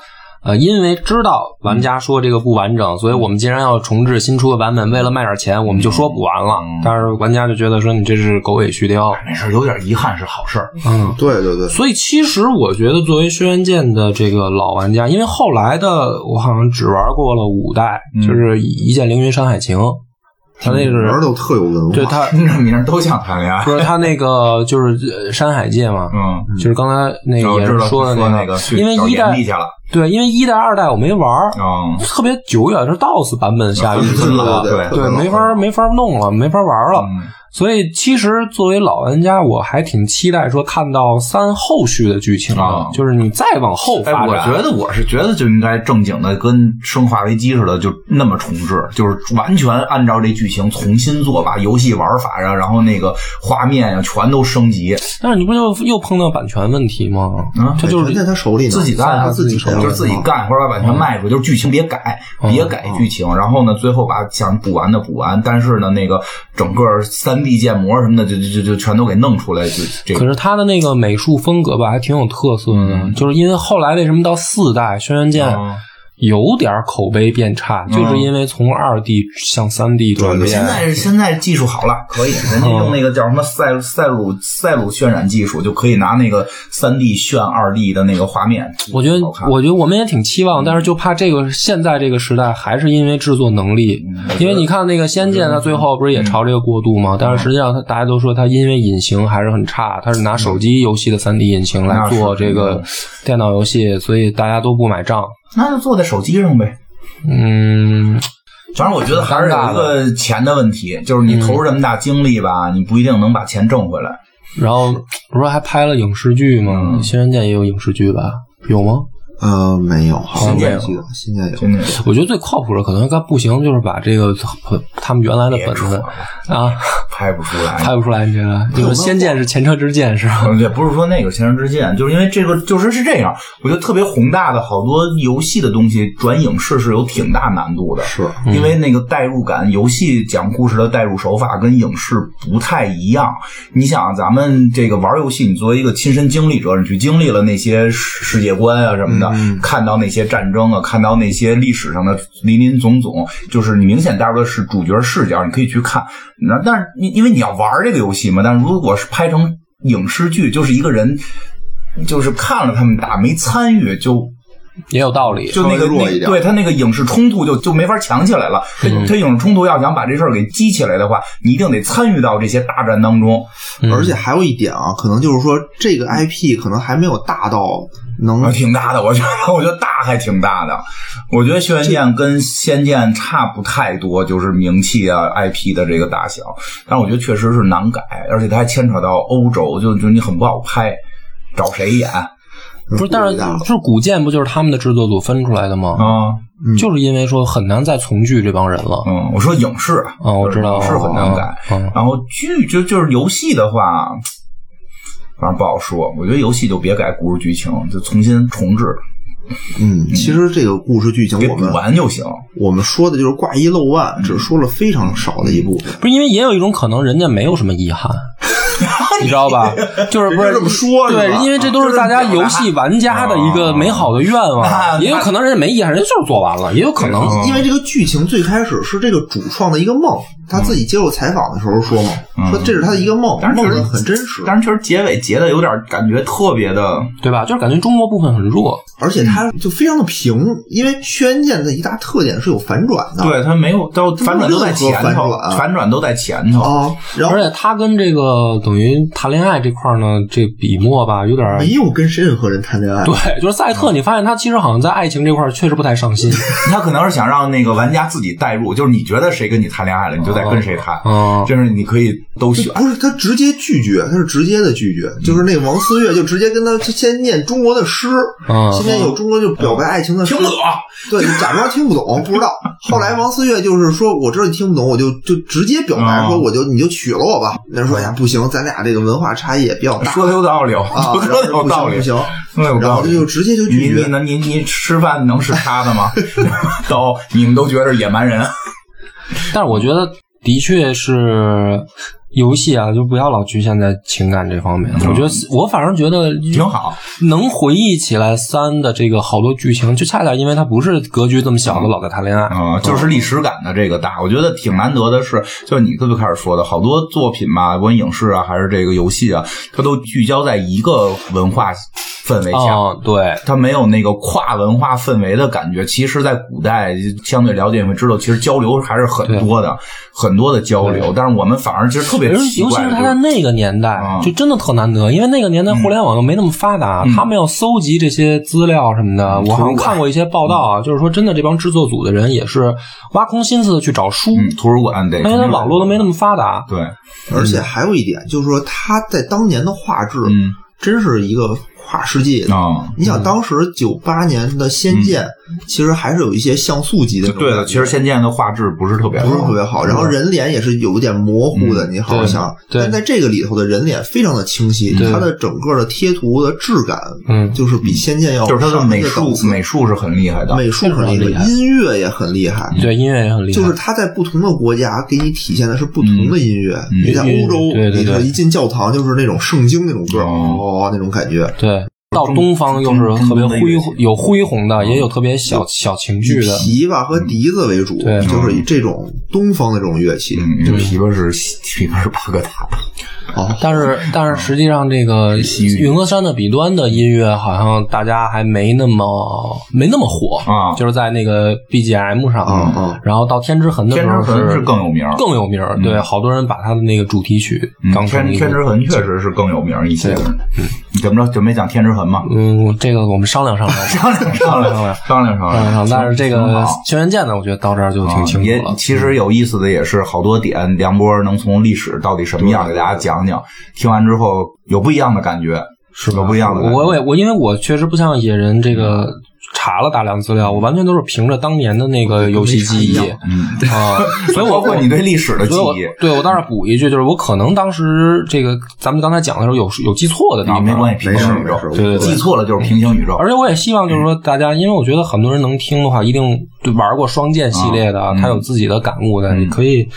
Speaker 2: 呃，因为知道玩家说这个不完整，所以我们既然要重置新出的版本，为了卖点钱，我们就说补完了。
Speaker 1: 嗯
Speaker 2: 但是玩家就觉得说你这是狗尾续貂，
Speaker 1: 哎没事，有点遗憾是好事儿，
Speaker 2: 嗯。
Speaker 3: 对对对，
Speaker 2: 所以其实我觉得，作为轩辕剑的这个老玩家，因为后来的我好像只玩过了五代，
Speaker 1: 嗯
Speaker 2: 就是《一剑凌云》《山海情》，他那
Speaker 3: 玩
Speaker 2: 是
Speaker 3: 都特有文化，
Speaker 2: 对他
Speaker 1: 听着名儿都想谈恋爱，
Speaker 2: 不是他那个就是呃山海界嘛，
Speaker 1: 嗯，
Speaker 2: 就是刚才那
Speaker 1: 我
Speaker 2: 个也
Speaker 1: 知
Speaker 2: 是
Speaker 1: 道
Speaker 2: 说的
Speaker 1: 你那
Speaker 2: 个，
Speaker 1: 去
Speaker 2: 因为
Speaker 1: 找
Speaker 2: 一
Speaker 1: 炎
Speaker 2: 代
Speaker 1: 帝去了，
Speaker 2: 对，因为一代二代我没玩儿，
Speaker 1: 嗯，
Speaker 2: 特别久远，是 DOS 版本下
Speaker 1: 嗯
Speaker 2: 预
Speaker 1: 是
Speaker 2: 测
Speaker 1: 的
Speaker 2: 的，
Speaker 1: 对
Speaker 2: 对，没法没法弄了，没法玩了。
Speaker 1: 嗯
Speaker 2: 所以其实作为老玩家，我还挺期待说看到三后续的剧情的，
Speaker 1: 啊
Speaker 2: 就是你再往后
Speaker 1: 哎，
Speaker 2: 发展。
Speaker 1: 我觉得我是觉得就应该正经的，跟《生化危机》似的，就那么重置，就是完全按照这剧情重新做，把游戏玩法呀，然后那个画面呀，全都升级，
Speaker 2: 但是你不就又碰到版权问题吗？
Speaker 1: 啊
Speaker 2: 这就是
Speaker 3: 全在他手里呢，
Speaker 1: 自己干
Speaker 3: 他
Speaker 1: 啊，
Speaker 3: 自己
Speaker 1: 手就是自己干，或者把版
Speaker 2: 嗯
Speaker 1: 权卖出去，就是剧情别改，别改剧情。然后呢，最后把想补完的补完，但是呢，那个整个三 D 建模什么的，就就就就全都给弄出来，就这
Speaker 2: 可
Speaker 1: 个。
Speaker 2: 是他的那个美术风格吧，还挺有特色的。
Speaker 1: 嗯
Speaker 2: 就是因为后来为什么到四代《轩辕剑》
Speaker 1: 嗯
Speaker 2: 有点口碑变差，就是因为从二 D 向三 D 转变。嗯
Speaker 1: 现在现在技术好了，可以，人家用那个叫什么赛赛鲁赛鲁渲染技术，就可以拿那个三 D 渲二 D 的那个画面。
Speaker 2: 嗯我觉得
Speaker 1: 好看，嗯
Speaker 2: 我觉得我们也挺期望，但是就怕这个现在这个时代，还是因为制作能力，
Speaker 1: 嗯
Speaker 2: 因为你看那个《仙剑》，它最后不是也朝这个过渡吗？
Speaker 1: 嗯
Speaker 2: 但是实际上，它大家都说它因为隐形还是很差，它是拿手机游戏的3 D 引擎来做
Speaker 1: 那是嗯
Speaker 2: 这个电脑游戏，所以大家都不买账。
Speaker 1: 那就坐在手机上呗。
Speaker 2: 嗯，
Speaker 1: 反正我觉得还是有一个钱的问题，就是你投入这么大精力吧，你不一定能把钱挣回来。
Speaker 2: 然后不是还拍了影视剧吗？
Speaker 1: 嗯
Speaker 2: 《仙剑》也有影视剧吧？有吗？
Speaker 3: 呃，没有，好
Speaker 1: 新
Speaker 3: 像
Speaker 1: 建
Speaker 3: 没
Speaker 1: 有
Speaker 3: 记得，新建有。
Speaker 1: 真的。
Speaker 2: 我觉得最靠谱的可能该不行，就是把这个他们原来的
Speaker 1: 别
Speaker 2: 本
Speaker 1: 扯
Speaker 2: 子
Speaker 1: 了
Speaker 2: 啊
Speaker 1: 拍不出来。
Speaker 2: 拍不出来，你觉得？你说《仙剑》是前车之鉴是吧？
Speaker 1: 嗯，对，不是说那个《前车之鉴》，就是因为这个，就是是这样。我觉得特别宏大的好多游戏的东西转影视是有挺大难度的，
Speaker 3: 是
Speaker 1: 因为那个代入感，游戏讲故事的代入手法跟影视不太一样。你想，咱们这个玩游戏，你作为一个亲身经历者，你去经历了那些世世界观啊什么的，看到那些战争啊，看到那些历史上的林林总总，就是你明显带入的是主角视角，你可以去看。那但是因因为你要玩这个游戏嘛，但是如果是拍成影视剧，就是一个人。就是看了他们打，没参与，就
Speaker 2: 也有道理。
Speaker 1: 就那个
Speaker 3: 稍微弱
Speaker 1: 那
Speaker 3: 一点
Speaker 1: 对他那个影视冲突就就没法强起来了。他他影视冲突要想把这事儿给激起来的话，你一定得参与到这些大战当中。
Speaker 2: 嗯
Speaker 3: 而且还有一点啊，可能就是说这个 IP 可能还没有大到能
Speaker 1: 啊，挺大的，我觉得， 我觉得大还挺大的。我觉得《轩辕剑》跟《仙剑》差不太多，就是名气啊、IP 的这个大小。但我觉得确实是难改，而且它还牵扯到欧洲，就就你很不好拍，找谁演啊？
Speaker 3: 嗯
Speaker 2: 不是，但是就是古剑不就是他们的制作组分出来的吗？
Speaker 3: 嗯
Speaker 2: 就是因为说很难再重聚这帮人了。
Speaker 1: 啊嗯，我说影视啊，
Speaker 2: 啊，我知道
Speaker 1: 影视很难改。。
Speaker 2: 嗯嗯
Speaker 1: 然后剧就就是游戏的话，反正不好说。我觉得游戏就别改故事剧情，就重新重置，
Speaker 3: 嗯，其实这个故事剧情
Speaker 1: 给
Speaker 3: 我
Speaker 1: 补
Speaker 3: 们
Speaker 1: 完嗯就行。
Speaker 3: 我们说的就是挂一漏万，只说了非常少的一部分。
Speaker 2: 不是因为也有一种可能，人家没有什么遗 憾，你知道吧？就是不
Speaker 3: 人
Speaker 2: 是
Speaker 3: 家这么说是吧嗯
Speaker 2: 对，因为这都是大家游戏玩家的一个美好的愿
Speaker 1: 啊
Speaker 2: 望，也有可能人家没遗憾，人家就是做完了，也有可能。
Speaker 1: 嗯
Speaker 3: 因为这个剧情最开始是这个主创的一个梦，他自己接受采访的时候说嘛，说这是他的一个梦，
Speaker 1: 嗯但是
Speaker 3: 梦
Speaker 1: 确实
Speaker 3: 的很真实，
Speaker 1: 但是确实结尾结的有点感觉特别
Speaker 3: 啊
Speaker 1: 的，
Speaker 2: 对吧？就是感觉中国部分很弱，
Speaker 3: 而且他就非常的平，因为《轩辕剑》的一大特点是有反转的，
Speaker 1: 对他没有到反转都在前
Speaker 3: 任
Speaker 1: 头
Speaker 3: 何反，转
Speaker 1: 反转都在前头。
Speaker 3: 啊，然后
Speaker 2: 而且他跟这个等于谈恋爱这块呢，这笔墨吧有点儿
Speaker 3: 没有跟任何人谈恋爱，
Speaker 2: 对，就是赛特，你发现他其实好像在爱情这块儿确实不太上心。
Speaker 1: 他可能是想让那个玩家自己代入，就是你觉得谁跟你谈恋爱了，你就
Speaker 3: 哦
Speaker 1: 在跟谁谈。
Speaker 2: 嗯，
Speaker 1: 就是你可以都选，
Speaker 3: 不是他直接拒绝，他是直接的拒绝，就是那个王思月就直接跟他先念中国的诗，
Speaker 2: 嗯
Speaker 3: 先念有中国就表白爱情的诗，
Speaker 1: 啊听不懂。
Speaker 3: 对，假装听不懂，不知道。后来王思月就是说，我知道你听不懂，我就就直接表白
Speaker 1: 啊
Speaker 3: 说，我就你就娶了我吧。那人说，哎呀，不行，咱俩这个文化差异也比较 大
Speaker 1: 说的有道理，哦
Speaker 3: 啊，然
Speaker 1: 说的
Speaker 3: 后
Speaker 1: 有
Speaker 3: 不
Speaker 1: 道
Speaker 3: 行
Speaker 1: 理
Speaker 3: 不，行，
Speaker 1: 说的有
Speaker 3: 然
Speaker 1: 道
Speaker 3: 后他
Speaker 1: 理。
Speaker 3: 就直接就
Speaker 1: 你
Speaker 3: 拒
Speaker 1: 你
Speaker 3: 绝。
Speaker 1: 能你你吃饭能是他的 吗？都你们都觉得是野蛮人，
Speaker 2: 但是我觉得的确是游戏啊，就不要老局限在情感这方面。我觉得我反正觉得
Speaker 1: 挺好。
Speaker 2: 能回忆起来三的这个好多剧情，就恰恰因为它不是格局这么小的老在谈恋爱。
Speaker 1: 啊、就是历史感的这个大，我觉得挺难得的是，就是你最开始说的，好多作品吧，不管影视啊，还是这个游戏啊，它都聚焦在一个文化氛围下。
Speaker 2: 嗯，对，
Speaker 1: 它没有那个跨文化氛围的感觉。其实，在古代相对了解，你会知道，其实交流还是很多的，很多的交流。但是我们反而其实特别
Speaker 2: 尤
Speaker 1: 奇
Speaker 2: 尤其
Speaker 1: 怪
Speaker 2: 是啊
Speaker 1: 的就
Speaker 2: 嗯他在
Speaker 1: 是，
Speaker 2: 那个年代
Speaker 1: 嗯，
Speaker 2: 就真的特难得，因为那个年代互联网又没那么发达，他们要搜集这些资料什么的。我好像看过一些报道啊，就是说真的，这帮制作组的人也是挖空心思的去找书，
Speaker 1: 嗯，图书馆得，
Speaker 2: 因为他网络都没那么发达。
Speaker 1: 对，
Speaker 3: 而且还有一点，就是说他在当年的画质，
Speaker 1: 嗯
Speaker 3: 真是一个跨世纪的。
Speaker 1: 啊。
Speaker 3: 你想，当时九八年的《仙剑》，其实还是有一些像素级的那
Speaker 1: 嗯
Speaker 3: 种
Speaker 1: 对
Speaker 3: 感
Speaker 1: 的，
Speaker 3: 觉
Speaker 1: 其实《仙剑》的画质不是特别好，嗯
Speaker 3: 不是特别好，然后人脸也是有一点模糊的，你好像，
Speaker 2: 对
Speaker 3: 但在这个里头的人脸非常的清晰，
Speaker 2: 对
Speaker 3: 它的整个的贴图的质感
Speaker 2: 嗯，
Speaker 3: 就是比《仙剑》要
Speaker 1: 就是它的
Speaker 3: 上一
Speaker 1: 美
Speaker 3: 个
Speaker 1: 术
Speaker 3: 档次
Speaker 1: 美术是很厉害的，嗯
Speaker 3: 美术很
Speaker 2: 非
Speaker 3: 厉
Speaker 2: 常厉
Speaker 3: 害，
Speaker 2: 害
Speaker 3: 音乐也很厉害，
Speaker 2: 嗯对，音乐也很厉害。
Speaker 3: 就是它在不同的国家给你体现的是不同的音乐，
Speaker 1: 嗯
Speaker 3: 你在欧洲，
Speaker 2: 对对对
Speaker 3: 你这一进教堂就是那种圣经那种歌，
Speaker 1: 哦
Speaker 3: 哦那种感觉，
Speaker 2: 对，到东方嗯又是特别恢宏，有恢宏的，也有特别小小情
Speaker 3: 以
Speaker 2: 绪的。
Speaker 3: 琵琶和笛子为主，
Speaker 2: 对
Speaker 3: 就是以这种东方的这种乐器，
Speaker 1: 嗯，这琵琶是琵琶是巴格达，
Speaker 3: 哦，
Speaker 2: 但 是，但是实际上，这个
Speaker 1: 西域
Speaker 2: 云和山的彼端的音乐好像大家还没那么没那么火
Speaker 1: 啊
Speaker 2: 就是在那个 BGM 上，
Speaker 3: 嗯嗯
Speaker 2: 然后到天之痕的时
Speaker 1: 天
Speaker 2: 候
Speaker 1: 之痕是更有名儿。
Speaker 2: 更有名儿，对，好多人把他的那个主题曲
Speaker 1: 嗯
Speaker 2: 当成
Speaker 1: 天
Speaker 2: 一
Speaker 1: 天之
Speaker 2: 个。
Speaker 1: 痕确实是更有名儿一些。你怎么着？准备讲天之痕吗？
Speaker 2: 嗯，这个我们商 量商量，
Speaker 1: 商量商量
Speaker 2: 商量
Speaker 1: 商量商
Speaker 2: 商量商量。
Speaker 1: 量。
Speaker 2: 但是这
Speaker 1: 啊挺
Speaker 2: 个
Speaker 1: 好啊
Speaker 2: 轩辕剑呢，我觉得到这儿就挺清楚
Speaker 1: 也
Speaker 2: 了。嗯
Speaker 1: 其实有意思的也是好多点，梁波能从历史到底什么样给大家讲讲，听完之后有不一样的感觉，是有不一样的感觉。嗯
Speaker 2: 我我也我因为我确实不像野人这个查了大量资料，我完全都是凭着当年的那个游戏记忆
Speaker 3: 跟没查
Speaker 1: 嗯，
Speaker 2: 啊，所以我
Speaker 1: 包括你对历史的记
Speaker 2: 所以我
Speaker 1: 忆，
Speaker 2: 对我倒是补一句，就是我可能当时这个咱们刚才讲的时候有有记错的地
Speaker 1: 啊，
Speaker 2: 方，
Speaker 1: 没关系，平
Speaker 3: 没事
Speaker 1: 行宇宙
Speaker 3: 没事，
Speaker 2: 对对对
Speaker 1: 记错了就是平行宇宙。
Speaker 2: 而且我也希望
Speaker 1: 嗯
Speaker 2: 就是说大家，因为我觉得很多人能听的话，一定对玩过双剑系列的，
Speaker 1: 啊嗯
Speaker 2: 他有自己的感悟的，你可以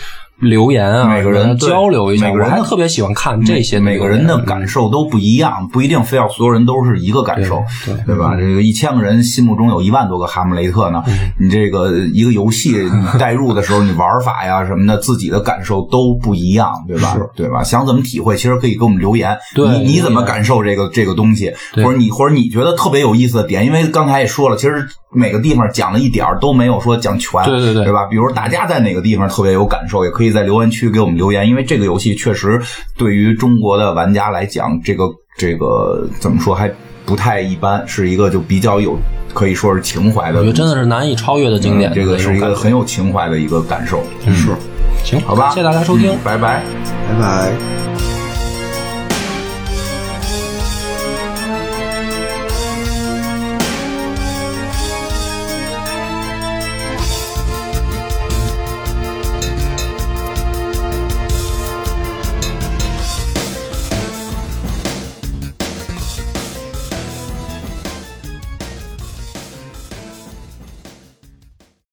Speaker 2: 留言啊，
Speaker 1: 每个人对
Speaker 2: 交流一下。
Speaker 1: 每个人
Speaker 2: 我还特别喜欢看这些
Speaker 1: 每个人的感
Speaker 2: 受。
Speaker 1: 受都不一样，不一定非要所有人都是一个感受，
Speaker 2: 嗯啊对嗯
Speaker 1: 对吧？这个一千个人心目中有一万多个哈姆雷特呢，你这个一个游戏
Speaker 2: 嗯
Speaker 1: 你代入的时候，你玩法呀什么的，自己的感受都不一样，对吧？对吧？想怎么体会，其实可以给我们留言，
Speaker 2: 对
Speaker 1: 你你怎么
Speaker 2: 留言
Speaker 1: 感受这个这个东西，
Speaker 2: 对
Speaker 1: 或者你或者你觉得特别有意思的点，因为刚才也说了，其实每个地方讲了一点儿都没有说讲全，
Speaker 2: 对对对
Speaker 1: 对吧？比如大家在哪个地方特别有感受，也可以在留言区给我们留言，因为这个游戏确实对于中国的玩家来讲，这个这个怎么说还不太一般，是一个就比较有可以说是情怀的
Speaker 2: 我
Speaker 1: 东
Speaker 2: 觉
Speaker 1: 西，
Speaker 2: 得真的是难以超越的经典。
Speaker 1: 嗯这个是一
Speaker 2: 那种
Speaker 1: 个
Speaker 2: 感觉
Speaker 1: 很有情怀的一个感受。
Speaker 2: 嗯
Speaker 3: 是，
Speaker 2: 行，
Speaker 1: 好吧，嗯
Speaker 2: 谢谢大家收听
Speaker 1: 嗯，拜拜。
Speaker 3: 拜拜。